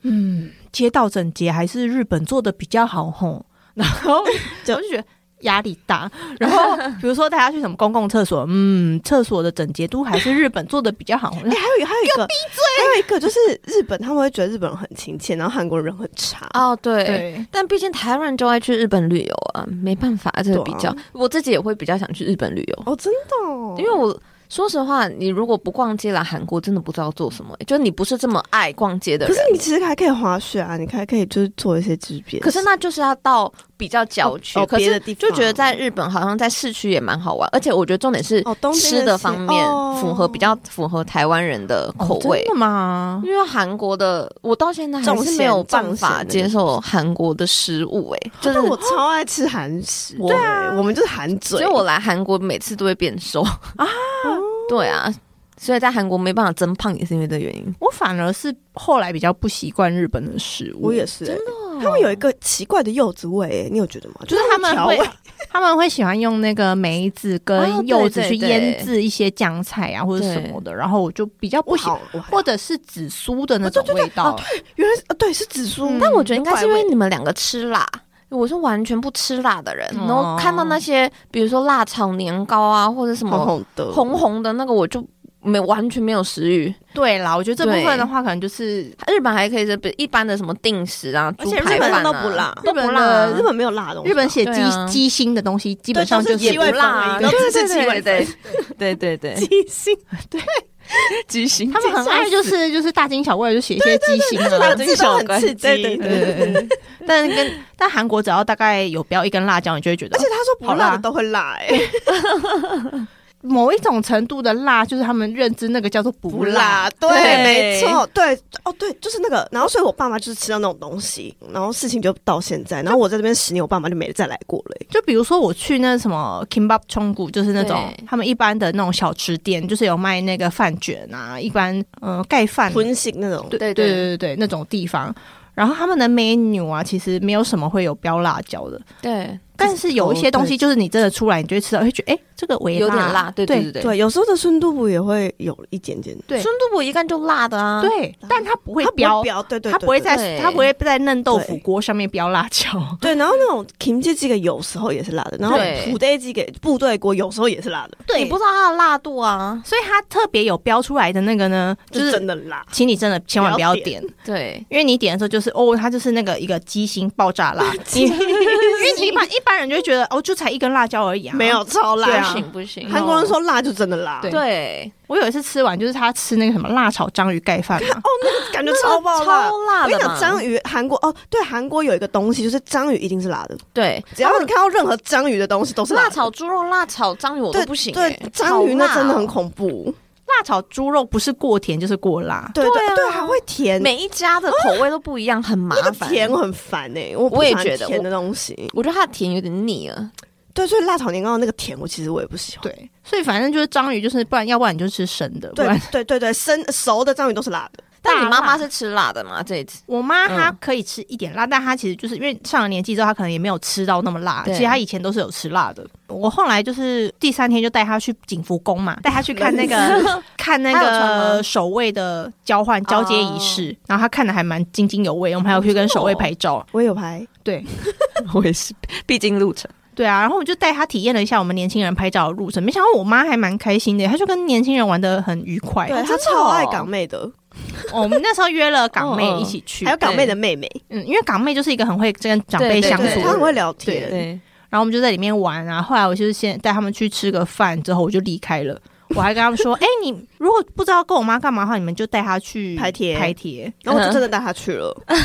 嗯，街道整洁还是日本做的比较好吼。”然后就我就觉得。压力大，然后比如说大家去什么公共厕所，嗯，厕所的整洁度还是日本做的比较好。哎、还有一还有一个闭嘴，还有一个就是日本，他们会觉得日本人很亲切，然后韩国人很差。哦对。对，但毕竟台湾人就爱去日本旅游啊，没办法，这个比较，啊我自己也会比较想去日本旅游。哦，真的、哦，因为我说实话，你如果不逛街来韩国，真的不知道做什么、就你不是这么爱逛街的可人是，你其实还可以滑雪啊，你还可以就是做一些知别。可是那就是要到比较郊区。哦哦可别是的地就方觉得在日本好像在市区也蛮好玩，而且我觉得重点是哦，东京吃的方面哦符合、比较符合台湾人的口味哦、真。的吗？因为韩国的我到现在还重是咸没有办法重咸的接受韩国的食物、哎，就但我是超爱吃韩食，对啊，我们就是韩嘴。所以我来韩国每次都会变瘦啊， 对啊，所以在韩国没办法增胖也是因为这个原因。我反而是后来比较不习惯日本的食物，我也是、欸，他们有一个奇怪的柚子味、欸，你有觉得吗？就是他们调会味，他们会喜欢用那个梅子哦跟对柚子对去对腌制一些酱菜啊，或者什么的，然后我就比较不我喜，哦好，我还或者是紫苏的那种味道。原来是呃对是紫苏，但我觉得应该是因为怪味你们两个吃辣，我是完全不吃辣的人，哦然后看到那些比如说辣炒年糕啊，或者什红么红的红红的那个，我就没完全没有食欲。对啦，我觉得这对部分的话，可能就是日本还可以是比一般的什么定食啊，而且猪排日本饭啊都不辣都日不本辣的啊，日本没有辣的东西吧，日本写鸡、对啊鸡心的东西，基基本上就是鸡不辣味粉啊而已对都对只是对鸡味对粉， 对对对，鸡心畸形，他们很爱 就是就是大惊小怪就写一些畸形啊，大对惊小怪，这种很刺刺激，激对对对对。对对对，但跟但韩国只要大概有标一根辣椒，你就会觉得，哦而且他说不好辣辣的都会辣，哎，某一种程度的辣，就是他们认知那个叫做不辣。对，对没错，对，哦，对，就是那个。然后，所以我爸妈就是吃到那种东西，然后事情就到现在。然后我在这边十年，我爸妈就没再来过了。哎就比如说我去那什么 kimbap 冲谷，就是那种对他们一般的那种小吃店，就是有卖那个饭卷啊，一般呃盖饭，对荤腥那种，对对对对对那种地方。然后他们的 menu 啊，其实没有什么会有标辣椒的，对，但是有一些东西就是你真的出来，你就会吃到，会觉得哎、诶这个微有点辣，对对对对。对，有时候的孙杜甫也会有一点点，对孙都我一看就辣的啊，对，但它不会他标，标，对对，它对不会对在对它不会在嫩豆腐对锅上面标辣椒。对，然后那种 kim 这几个有时候也是辣的，然后对普代鸡给部队锅有时候也是辣的，你不知道它的辣度啊，所以它特别有标出来的那个呢，就就是是真的辣。请你真的千万不要不要点，对，因为你点的时候就是哦，它就是那个一个鸡心爆炸 辣，你 因为你一般一般人就会觉得哦，就才一根辣椒而已啊。没，有 超辣，对不啊行不行，韩国人说辣就真的辣，对对，我有一次吃完就是他吃那个什么辣炒章鱼盖饭 嘛，哦感觉超爆辣超。辣我的跟你讲，嘛，章鱼韩国哦，对，韩国有一个东西就是章鱼一定是辣的，对，只要你看到任何章鱼的东西都是辣的炒猪肉、辣炒章鱼我都对不行欸，对，章鱼那好辣哦真的很恐怖，辣炒猪肉不是过甜就是过辣，哦对对啊对，还会甜，每一家的口味都不一样，很麻那个烦。甜很烦哎，我不我也喜欢觉得甜我的东西，我觉得它的甜有点腻了。对，所以辣炒年糕的那个甜，我其实我也不喜欢。对，所以反正就是章鱼就是不然要不然你就吃生的，不然对对对对，生熟的章鱼都是辣的。但你大妈辣妈是吃辣的吗？这一次我妈她嗯可以吃一点辣，但她其实就是因为上了年纪之后，她可能也没有吃到那么辣。对其实她以前都是有吃辣的。我后来就是第三天就带她去景福宫嘛，带她去看那 个 看那她有穿个吗哦守卫的交换交接仪式，然后她看的还蛮津津有味。我们还有去跟守卫拍照，我也有拍，对 我也是必经路程，对啊。然后我就带她体验了一下我们年轻人拍照的路程，没想到我妈还蛮开心的，她就跟年轻人玩的很愉快。哦对他真的超爱哦港妹的，我们那时候约了港妹 嗯嗯一起去，还有港妹的妹妹，嗯，因为港妹就是一个很会跟长辈对对相对处的对，人他很会聊对天。对，然后我们就在里面玩啊。后来我就是先带他们去吃个饭，之后我就离开了。我还跟他们说：“哎、你如果不知道跟我妈干嘛的话，你们就带她去拍贴拍贴。然后我就真的带她 去了，然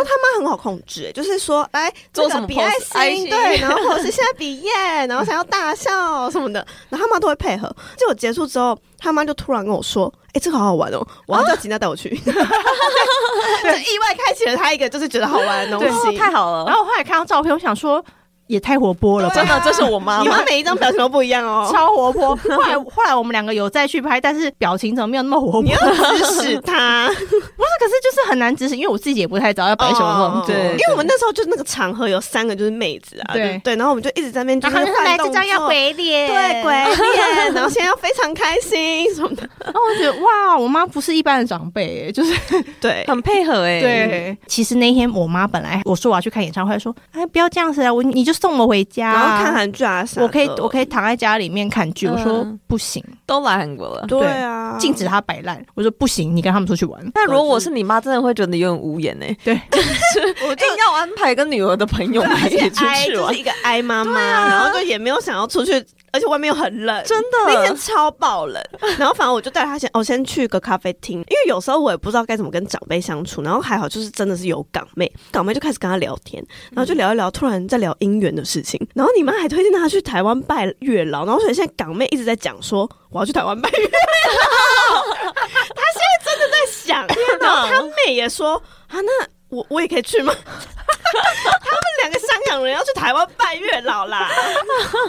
后他妈很好控制、欸就是说，来做这个什么比 pose，爱爱心，心对，然后或者是现在比耶，然后想要大笑什么的，然后他妈都会配合。结果结束之后，他妈就突然跟我说：“哎、这个好好玩哦，我要叫吉娜带 我去。 对，就意外开启了他一个就是觉得好玩的东西。哦太好”了哦然。后我后来看到照片，我想说也太活泼了吧，对真的，这是我妈你妈们。每一张表情都不一样哦，超活泼。后来后来我们两个有再去拍，但是表情怎么没有那么活泼？你不是，要 指使他。可是就是很难指使，因为我自己也不太知道要摆什么动作。对哦因为我们那时候就那个场合有三个就是妹子啊，对对对，然后我们就一直在那边就然是后他们就说换来动这作张要鬼脸，对鬼。 脸，然后现在要非常开心什么的，然后我就觉得哇，我妈不是一般的长辈，就是对，很配合哎、，对，其实那天我妈本来我说我要去看演唱会，她说哎不要这样子啊，我你就送我回家，然后看，韩剧啊啥的，我可以我可以躺在家里面看剧，我说嗯不行，都来韩国了。对啊，禁止她摆烂，我说不行，你跟他们出去 玩，但如果我是你妈，真的会觉得你有点无言哎、对， 我硬要安排跟女儿的朋 友们一起出哀去就玩是，一个哀妈妈，啊然后就也没有想要出去，而且外面又很冷，真的那天超爆冷。 然后反正我就带她先，我先去个咖啡厅，因为有时候我也不知道该怎么跟长辈相处。然后还好就是真的是有港妹，港妹就开始跟她聊天，然后就聊一聊，突然在聊姻缘的事情。然后你妈还推荐她去台湾拜月老，然后所以现在港妹一直在讲说我要去台湾拜月老， 她现在真的在想，然后她妹也说啊那。我我也可以去吗？ 两个香港人要去台湾拜月老啦，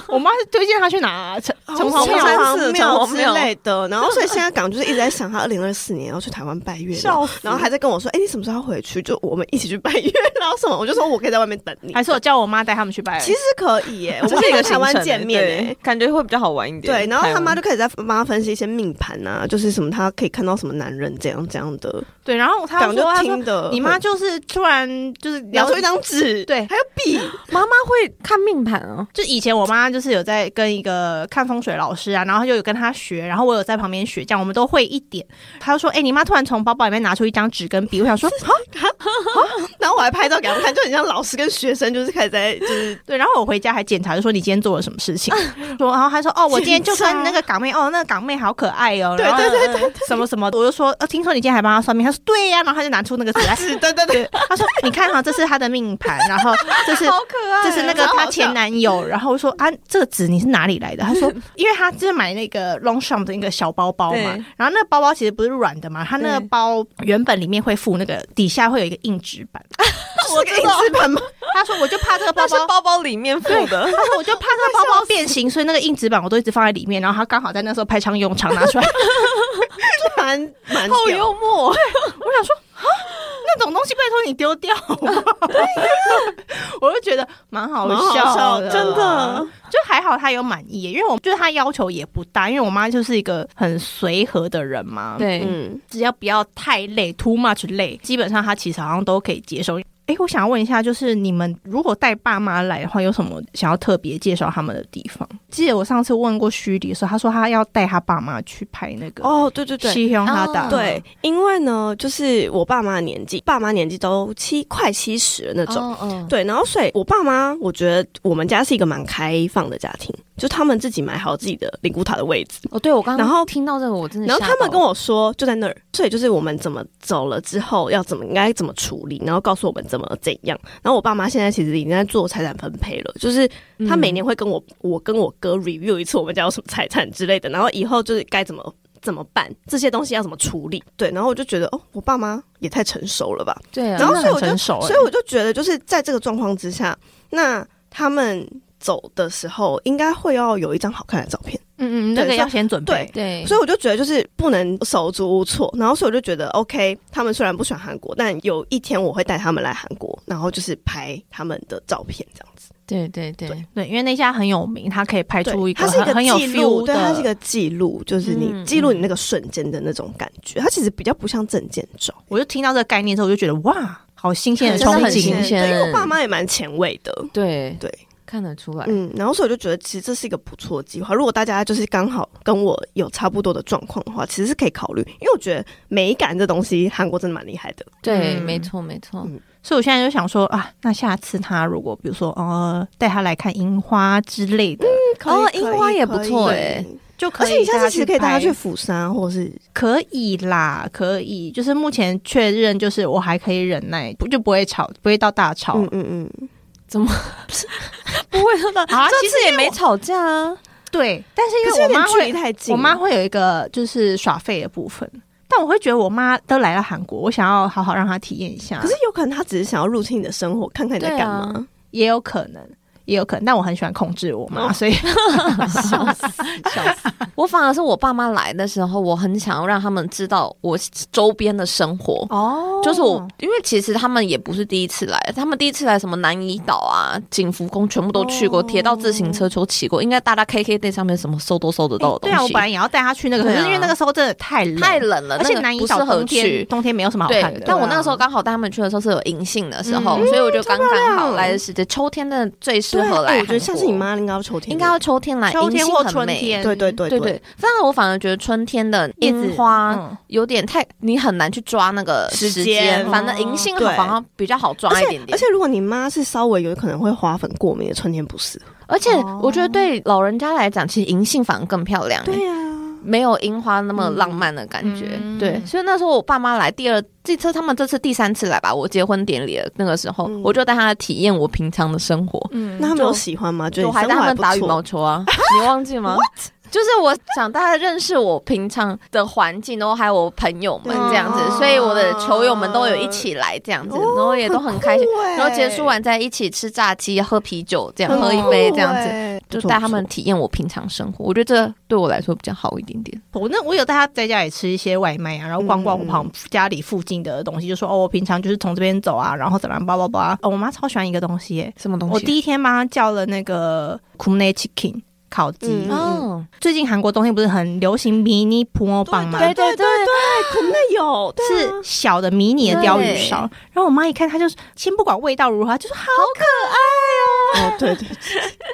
我妈是推荐她去哪城城好隍像庙城啊，城隍哦庙隍之庙类的。然后所以现在港就是一直在想，他二零二四年要去台湾拜月老，然后还在跟我说，哎、你什么时候要回去？就我们一起去拜月老什么？我就说我可以在外面等你。还是我叫我妈带他们去拜，其实可以耶、我这们可是一以个在行程台欸湾见面耶、对感觉会比较好玩一点。对，然后他妈就就开始在帮他分析一些命盘啊，就是什么他可以看到什么男人怎样怎样的，对，然后她港说就她说听的。你妈就是突然就是拿聊出一张纸，对还有笔，妈妈会看命盘哦，就以前我妈就是有在跟一个看风水老师啊，然后就有跟她学，然后我有在旁边学，这样我们都会一点。她就说：“哎、你妈突然从包包里面拿出一张纸跟笔，我想说，啊，然后我还拍照给他们看，就很像老师跟学生，就是开始在就是对，然后我回家还检查，就说你今天做了什么事 情，说，然后他说哦，我今天就跟那个港妹，哦，那个港妹好可爱哦，对然后对对嗯什么什么，我就说，呃，听说你今天还帮他算命，他说对呀、然后他就拿出那个纸来，指啊对对对，他 说你看哈，这是他的命盘，然后这是好可爱，这是那个啊超好她笑前男友，然后我说啊，这个纸你是哪里来的？他 说，因为他就是买那个 Longchamp 的那个小包包对嘛，然后那个包包其实不是软的嘛，它那个对包原本里面会附那个底下会有一个硬纸板。我给你吃盘吗？他说我就怕这个包那是包，包包里面附的，他说我就怕这个包包变形，所以那个硬纸板我都一直放在里面，然后他刚好在那时候派上用场拿出来， 就蛮 蛮好屌幽默，我想说啊，那种东西拜托你丢掉好 不好我就觉得蛮好蛮好笑笑的，的 真的就还好他有满意耶，因为我就是他要求也不大，因为我妈就是一个很随和的人嘛，，对，嗯，只要不要太累，too much 累，基本上他其实好像都可以接受。哎，我想问一下，就是你们如果带爸妈来的话，有什么想要特别介绍他们的地方？记得我上次问过虚迪的时候，他说他要带他爸妈去拍那个哦，对对对，西乡哈达，嗯对，因为呢，就是我爸妈的年纪，爸妈年纪都七快七十了那种。种，对，然后所以我爸妈，我觉得我们家是一个蛮开放的家庭，就他们自己买好自己的灵骨塔的位置，哦，对我刚然刚后听到这个，我真的，然后他们跟，我说就在那儿，所以就是我们怎么走了之后要怎么应该怎么处理，然后告诉我们怎么怎样。然后我爸妈现在其实已经在做财产分配了，就是嗯他每年会跟我、我跟我哥 review 一次我们家有什么财产之类的，然后以后就是该怎么。怎么办？这些东西要怎么处理？对，然后我就觉得，哦，我爸妈也太成熟了吧，对啊，然后所以我真的很就成熟欸所以我就觉得，就是在这个状况之下，那他们走的时候应该会要有一张好看的照片，嗯嗯，那个对要先准备对。对，所以我就觉得就是不能手足无措。然后所以我就觉得，OK，他们虽然不喜欢韩国，但有一天我会带他们来韩国，然后就是拍他们的照片这样子。对对对，对，因为那家很有名，他可以拍出对，一个它是一很很有个记 feel 录，对，的，它是一个记录，就是你嗯记录你那个瞬间的那种感觉。它其实比较不像证件照，我就听到这个概念之后，我就觉得哇，好新鲜的真的憧很憬新哦。鲜对，因为我爸妈也蛮前卫的。对对，看得出来，嗯，然后所以我就觉得，其实这是一个不错的计划。如果大家就是刚好跟我有差不多的状况的话，其实是可以考虑，因为我觉得美感这东西，韩国真的蛮厉害的。对，嗯没错没错嗯，所以我现在就想说啊，那下次他如果比如说呃带他来看樱花之类的，可以哦可以樱花也不错可以哎欸就可而以。且你下次其实可以带他去去拍，釜山，或是可以啦，可以。就是目前确认，就是我还可以忍耐，不就不会吵，不会到大吵。嗯嗯嗯，不会说的，好啊这其次也没吵架啊，对，但是可因是为有我点妈距会离太近，我妈会有一个就是耍废的部分，但我会觉得我妈都来到韩国，我想要好好让她体验一下。可是有可能她只是想要入侵你的生活，看看你在对啊干嘛。也有可能，也有可能，但我很喜欢控制我妈，所以笑死笑死！我反而是我爸妈来的时候，我很想要让他们知道我周边的生活。哦就是我，因为其实他们也不是第一次来，他们第一次来什么南怡岛啊、景福宫全部都去过，铁、道自行车都骑过，应该大家 KK 店上面什么搜都搜得到的东对西。啊，我本来也要带她去那个，可对是啊因为那个时候真的太冷，太冷了，而且那南个怡不适岛合冬天去。冬天没有什么好对看的。，但我对啊那个时候刚好带他们去的时候是有银杏的时候，嗯所以我觉得刚刚好来的时间，秋天的最适合来哎韩国。我觉得下次你妈应该要秋天，应该要秋天来，秋银天杏或很春美天，对对对对对，反而我反而觉得春天的叶子樱花嗯有点太，你很难去抓那个时时间间，反正银杏好对像比较好抓而一且点而点。且如果你妈是稍微有可能会花粉过敏的，春天不适合。而且我觉得对老人家来讲，其实银杏反而更漂亮，欸对啊，没有樱花那么浪漫的感觉。嗯对，所以那时候我爸妈来第二，这次他们这次第三次来吧，我结婚典礼的那个时候，嗯我就带他体验我平常的生活。嗯那他们有就喜欢吗？觉得我还你生活带他们不打羽错毛球 啊，你忘记吗？就是我想大家认识我平常的环境，然后还有我朋友们这样子，嗯所以我的球友们都有一起来这样子，然后也都哦很欸开心。然欸后结束完再一起吃炸鸡、喝啤酒，这样喝一杯这样子，子就带他们体验我平常生活。我觉得这对我来说比较好一点点。我那我有带她在家里吃一些外卖啊，然后逛逛我嗯旁家里附近的东西，就说哦，我平常就是从这边走啊，然后怎么样，叭叭叭。哦，我妈超喜欢一个东西耶，什么东西？啊我第一天帮她叫了那个 k u m n e chicken 烤鸡嗯，哦，最近韩国冬天不是很流行迷你普欧棒吗？对对对对，国内有，对啊是小的迷你的鲷鱼烧。然后我妈一看，她就是先不管味道如何，她就说好可爱哦。哦，对对，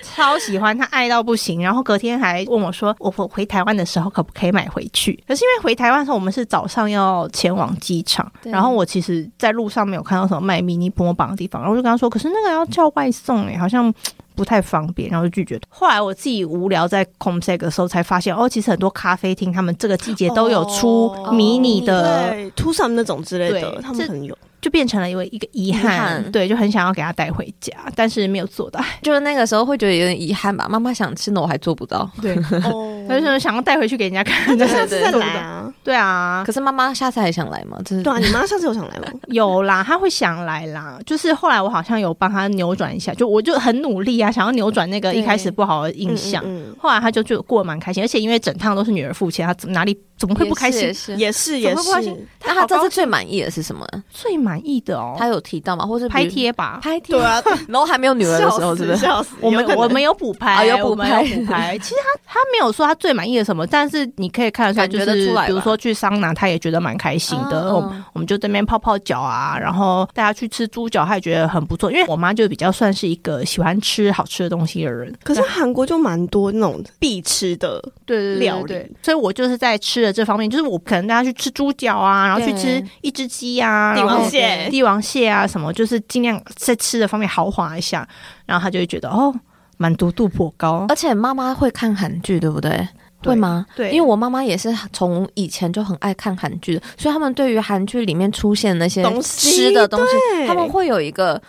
超喜欢，他爱到不行。然后隔天还问我说，我我回台湾的时候可不可以买回去？可是因为回台湾的时候，我们是早上要前往机场，对然后我其实在路上没有看到什么卖迷你波棒的地方，然后我就跟他说，可是那个要叫外送诶、欸好像。嘖不太方便，然后就拒绝。后来我自己无聊在 Comsec 的时候才发现，哦，其实很多咖啡厅他们这个季节都有出哦迷你的对，to some 那种之类的，对他们这很有。就变成了一个一个遗遗憾，憾对，就很想要给他带回家，但是没有做到。就是那个时候会觉得有点遗憾吧，妈妈想吃的我还做不到。 对， 哦他就说想要带回去给人家看，那但是下次对再对来啊！对啊，可是妈妈下次还想来吗？真是对啊，你妈下次有想来吗？有啦，他会想来啦。就是后来我好像有帮他扭转一下，就我就很努力啊，想要扭转那个对一开始不好的印象。嗯后来他就就过得蛮开心，而且因为整趟都是女儿付钱，他怎么哪里怎么会不开心也？是嗯也是也是也怎么会不开是心，那他这次最满意的是什么呢？最满意的哦，他有提到吗？或是比拍如贴吧。拍贴对，啊，然后还没有女儿的时候，是不是？笑死？我们有可能我们有补拍，啊有我补们拍有补 拍。其实他他没有说他最满意的什么，但是你可以看得出来，感就觉得是出来吧比如说去桑拿，他也觉得蛮开心的。哦嗯我们我们就这边泡泡脚啊，然后带他去吃猪脚，他也觉得很不错。因为我妈就比较算是一个喜欢吃好吃的东西的人，可是韩国就蛮多那种必吃的，对对料料理理，所以我就是在吃的这方面，就是我可能带他去吃猪脚啊，然后去对吃一只鸡啊，帝然后王蟹帝王蟹啊什么，就是尽量在吃的方面豪华一下，然后他就会觉得哦，满足度颇高。而且妈妈会看韩剧，对不对？对会吗？对因为我妈妈也是从以前就很爱看韩剧的，所以他们对于韩剧里面出现的那些东西吃的东西，对他们会有一个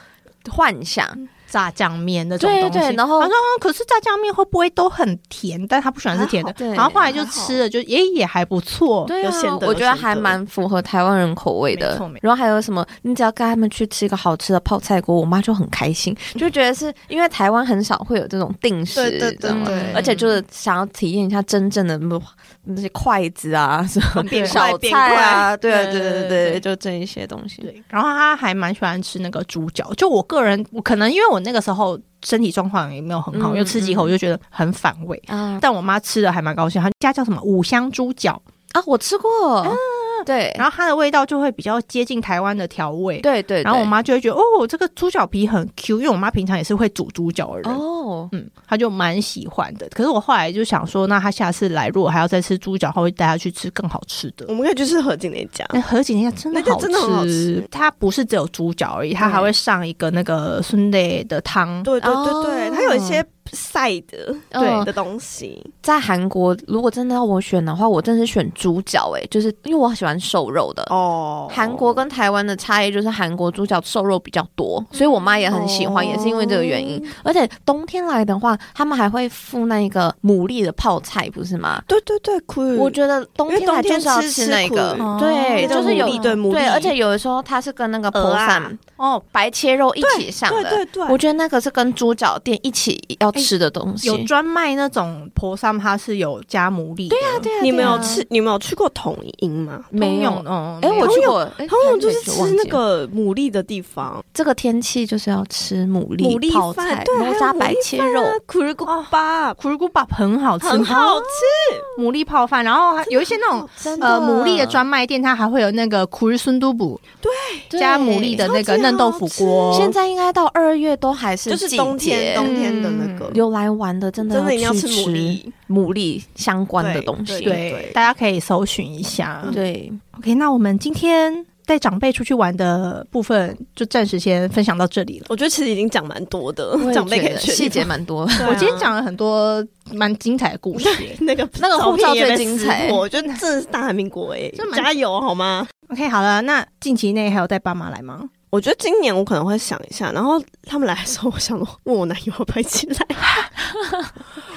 幻想。炸酱面那种东西。对对然后他说、嗯可是炸酱面会不会都很甜？但他不喜欢吃甜的。还好 对然后后来就吃了，就也也还不错。对有啊咸我的，有觉得咸还的蛮符合台湾人口味没的错没。错然后还有什么？你只要跟他们去吃一个好吃的泡菜锅，我妈就很开心，就觉得是因为台湾很少会有这种定时，对对你知道吗对对而且就是想要体验一下真正的那些筷子啊，什么变快小变菜啊，对啊对对对对对对，就这一些东西。对，然后他还蛮喜欢吃那个猪脚。就我个人，我可能因为我那个时候身体状况也没有很好，嗯又吃几口我就觉得很反胃。啊但我妈吃的还蛮高兴，她家叫什么五香猪脚，啊，我吃过，对然后它的味道就会比较接近台湾的调味。对对，然后我对妈就会觉得哦，这个猪脚皮很 Q，因为我妈平常也是会煮猪脚的人，哦，嗯，他就蛮喜欢的。可是我后来就想说，那他下次来，如果还要再吃猪脚，他会带他去吃更好吃的我。们可以去吃何景那家，那何锦那家真的那家好真的很好吃吃，它不是只有猪脚而已，它还会上一个那个孙类的汤。对对对对，哦它有一些 side 的对嗯的东西，在韩国，如果真的要我选的话，我真的是选猪脚，哎，就是因为我喜欢瘦肉的，哦，韩国跟台湾的差异就是韩国猪脚瘦肉比较多，所以我妈也很喜欢，哦也是因为这个原因。而且冬天来的话，他们还会附那个牡蛎的泡菜，不是吗？对对对，酷，我觉得冬天来就是要吃那个因为冬天吃吃，苦对，哦就是有牡蛎对牡蛎对，而且有的时候它是跟那个鹅婆啊散哦，白切肉一起上对的对，对，哎我觉得那个是跟猪脚店一起要吃的东西。有专卖那种婆三，它是有加牡蛎的。对啊，对啊，你们有吃，你们有去过统一吗？没有？哦，哎，没有我去过，哎统一就是还没忘吃记那个牡蛎的地方，这个天气就是要吃牡蛎牡蛎泡饭啊菜，对然后还加有牡白蛎切肉，苦日古巴苦力菇밥很好吃，啊很好吃，牡蛎泡饭，然后还有一些那种。真呃，牡蛎的专卖店，它还会有那个苦日孙都补加牡蛎的那超个级嫩豆腐锅。现在应该到二月都还是就是季冬天节冬天的那个，有来玩的真的真的一定要去吃吃牡蛎，牡蛎相关的对东西。对，对大家可以搜寻一下。对 OK，那我们今天带长辈出去玩的部分就暂时先分享到这里了。我觉得其实已经讲蛮多的我也，嗯长辈可觉以得去细节。蛮 多。对啊我今天讲了很多蛮精彩的故 事。那个那个护照最精彩照片也被撕破我觉得真的是大韩民国 哎这，蛮加油好吗？ OK，好了，那近期内还有带爸妈来吗？我觉得今年我可能会想一下，然后他们来的时候，我想说问我男友要不要一起 来，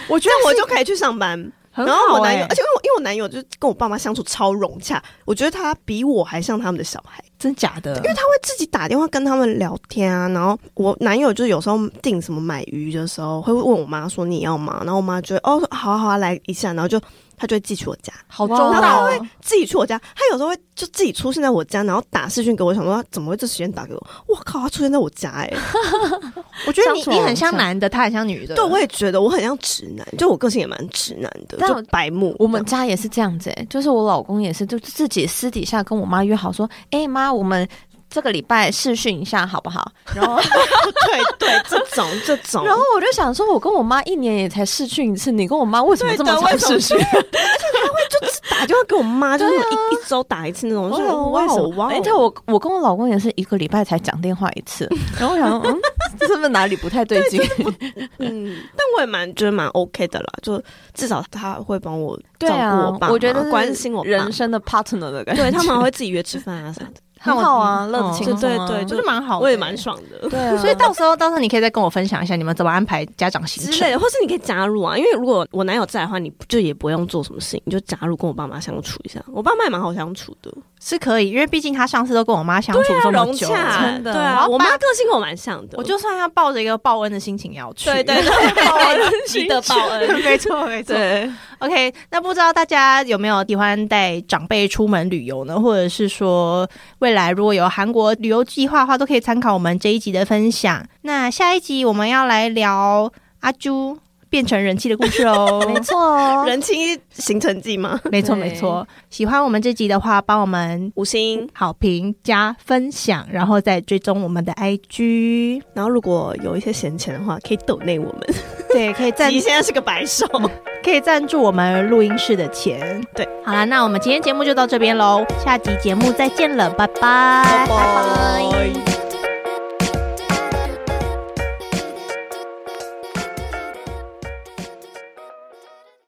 我觉这样我就可以去上班。很然后好我男哎、友，而且因为我因为我男友就是跟我爸妈相处超融洽，我觉得他比我还像他们的小孩，真假的？因为他会自己打电话跟他们聊天啊。然后我男友就是有时候订什么买鱼的时候，会问我妈说你要吗？然后我妈就会哦好啊好啊来一下，然后就他就会寄去我家，好哇周然后他到会自己去我家，他有时候会就自己出现在我家，然后打视讯给我，想说他怎么会这时间打给我？我靠，他出现在我家哎、 我觉得你相处你很像好像男的，他很像女的。对，我也觉得我很像直男，就我个性也蛮直男的，但就我白目。我们家也是这样子、欸，就是我老公也是，就自己私底下跟我妈约好说，哎、妈，我们这个礼拜试训一下好不好？然后，对对，这 种这种，然后我就想说，我跟我妈一年也才试训一次，你跟我妈为什么这么对的常试训？打电话给我妈，就是对那啊种一一周打一次那种，我就哦说为什么？哇而且哦我我跟我老公也是一个礼拜才讲电话一次，然后我想说，嗯， 是不是哪里不太对劲？嗯，但我也蛮觉得蛮 OK 的啦，就至少他会帮我照对啊顾我爸，妈，我觉得是关心我爸人生的 partner 的感觉，对他们 还会自己约吃饭啊啥的，很好啊，乐得轻对松对啊，对，就是蛮好的欸我也蛮爽的。对啊，所以 到时候，到时候你可以再跟我分享一下你们怎么安排家长行之程类。的，或是你可以加入啊，因为如果我男友在的话，你就也不用做什么事情，你就加入跟我爸妈相处一下。我爸妈也蛮好相处的，是可以，因为毕竟他上次都跟我妈相处这么啊融久，洽，真的。对啊，我我要把妈个性跟我蛮像的，我就算要抱着一个报恩的心情也要去，对对 对，值得报恩， 没错没错。对， OK，那不知道大家有没有喜欢带长辈出门旅游呢？或者是说，未来如果有韩国旅游计划的话，都可以参考我们这一集的分享。那下一集我们要来聊阿朱变成人气的故事哦。没错哦，人气行程记吗？没错，对没错。喜欢我们这集的话，帮我们五星。好评加分享，然后再追踪我们的 IG。然后如果有一些闲钱的话，可以抖内我们。对，可以赞你现在是个白手，可以赞助我们录音室的钱。对，好啦，那我们今天节目就到这边喽，下集节目再见了，拜拜拜。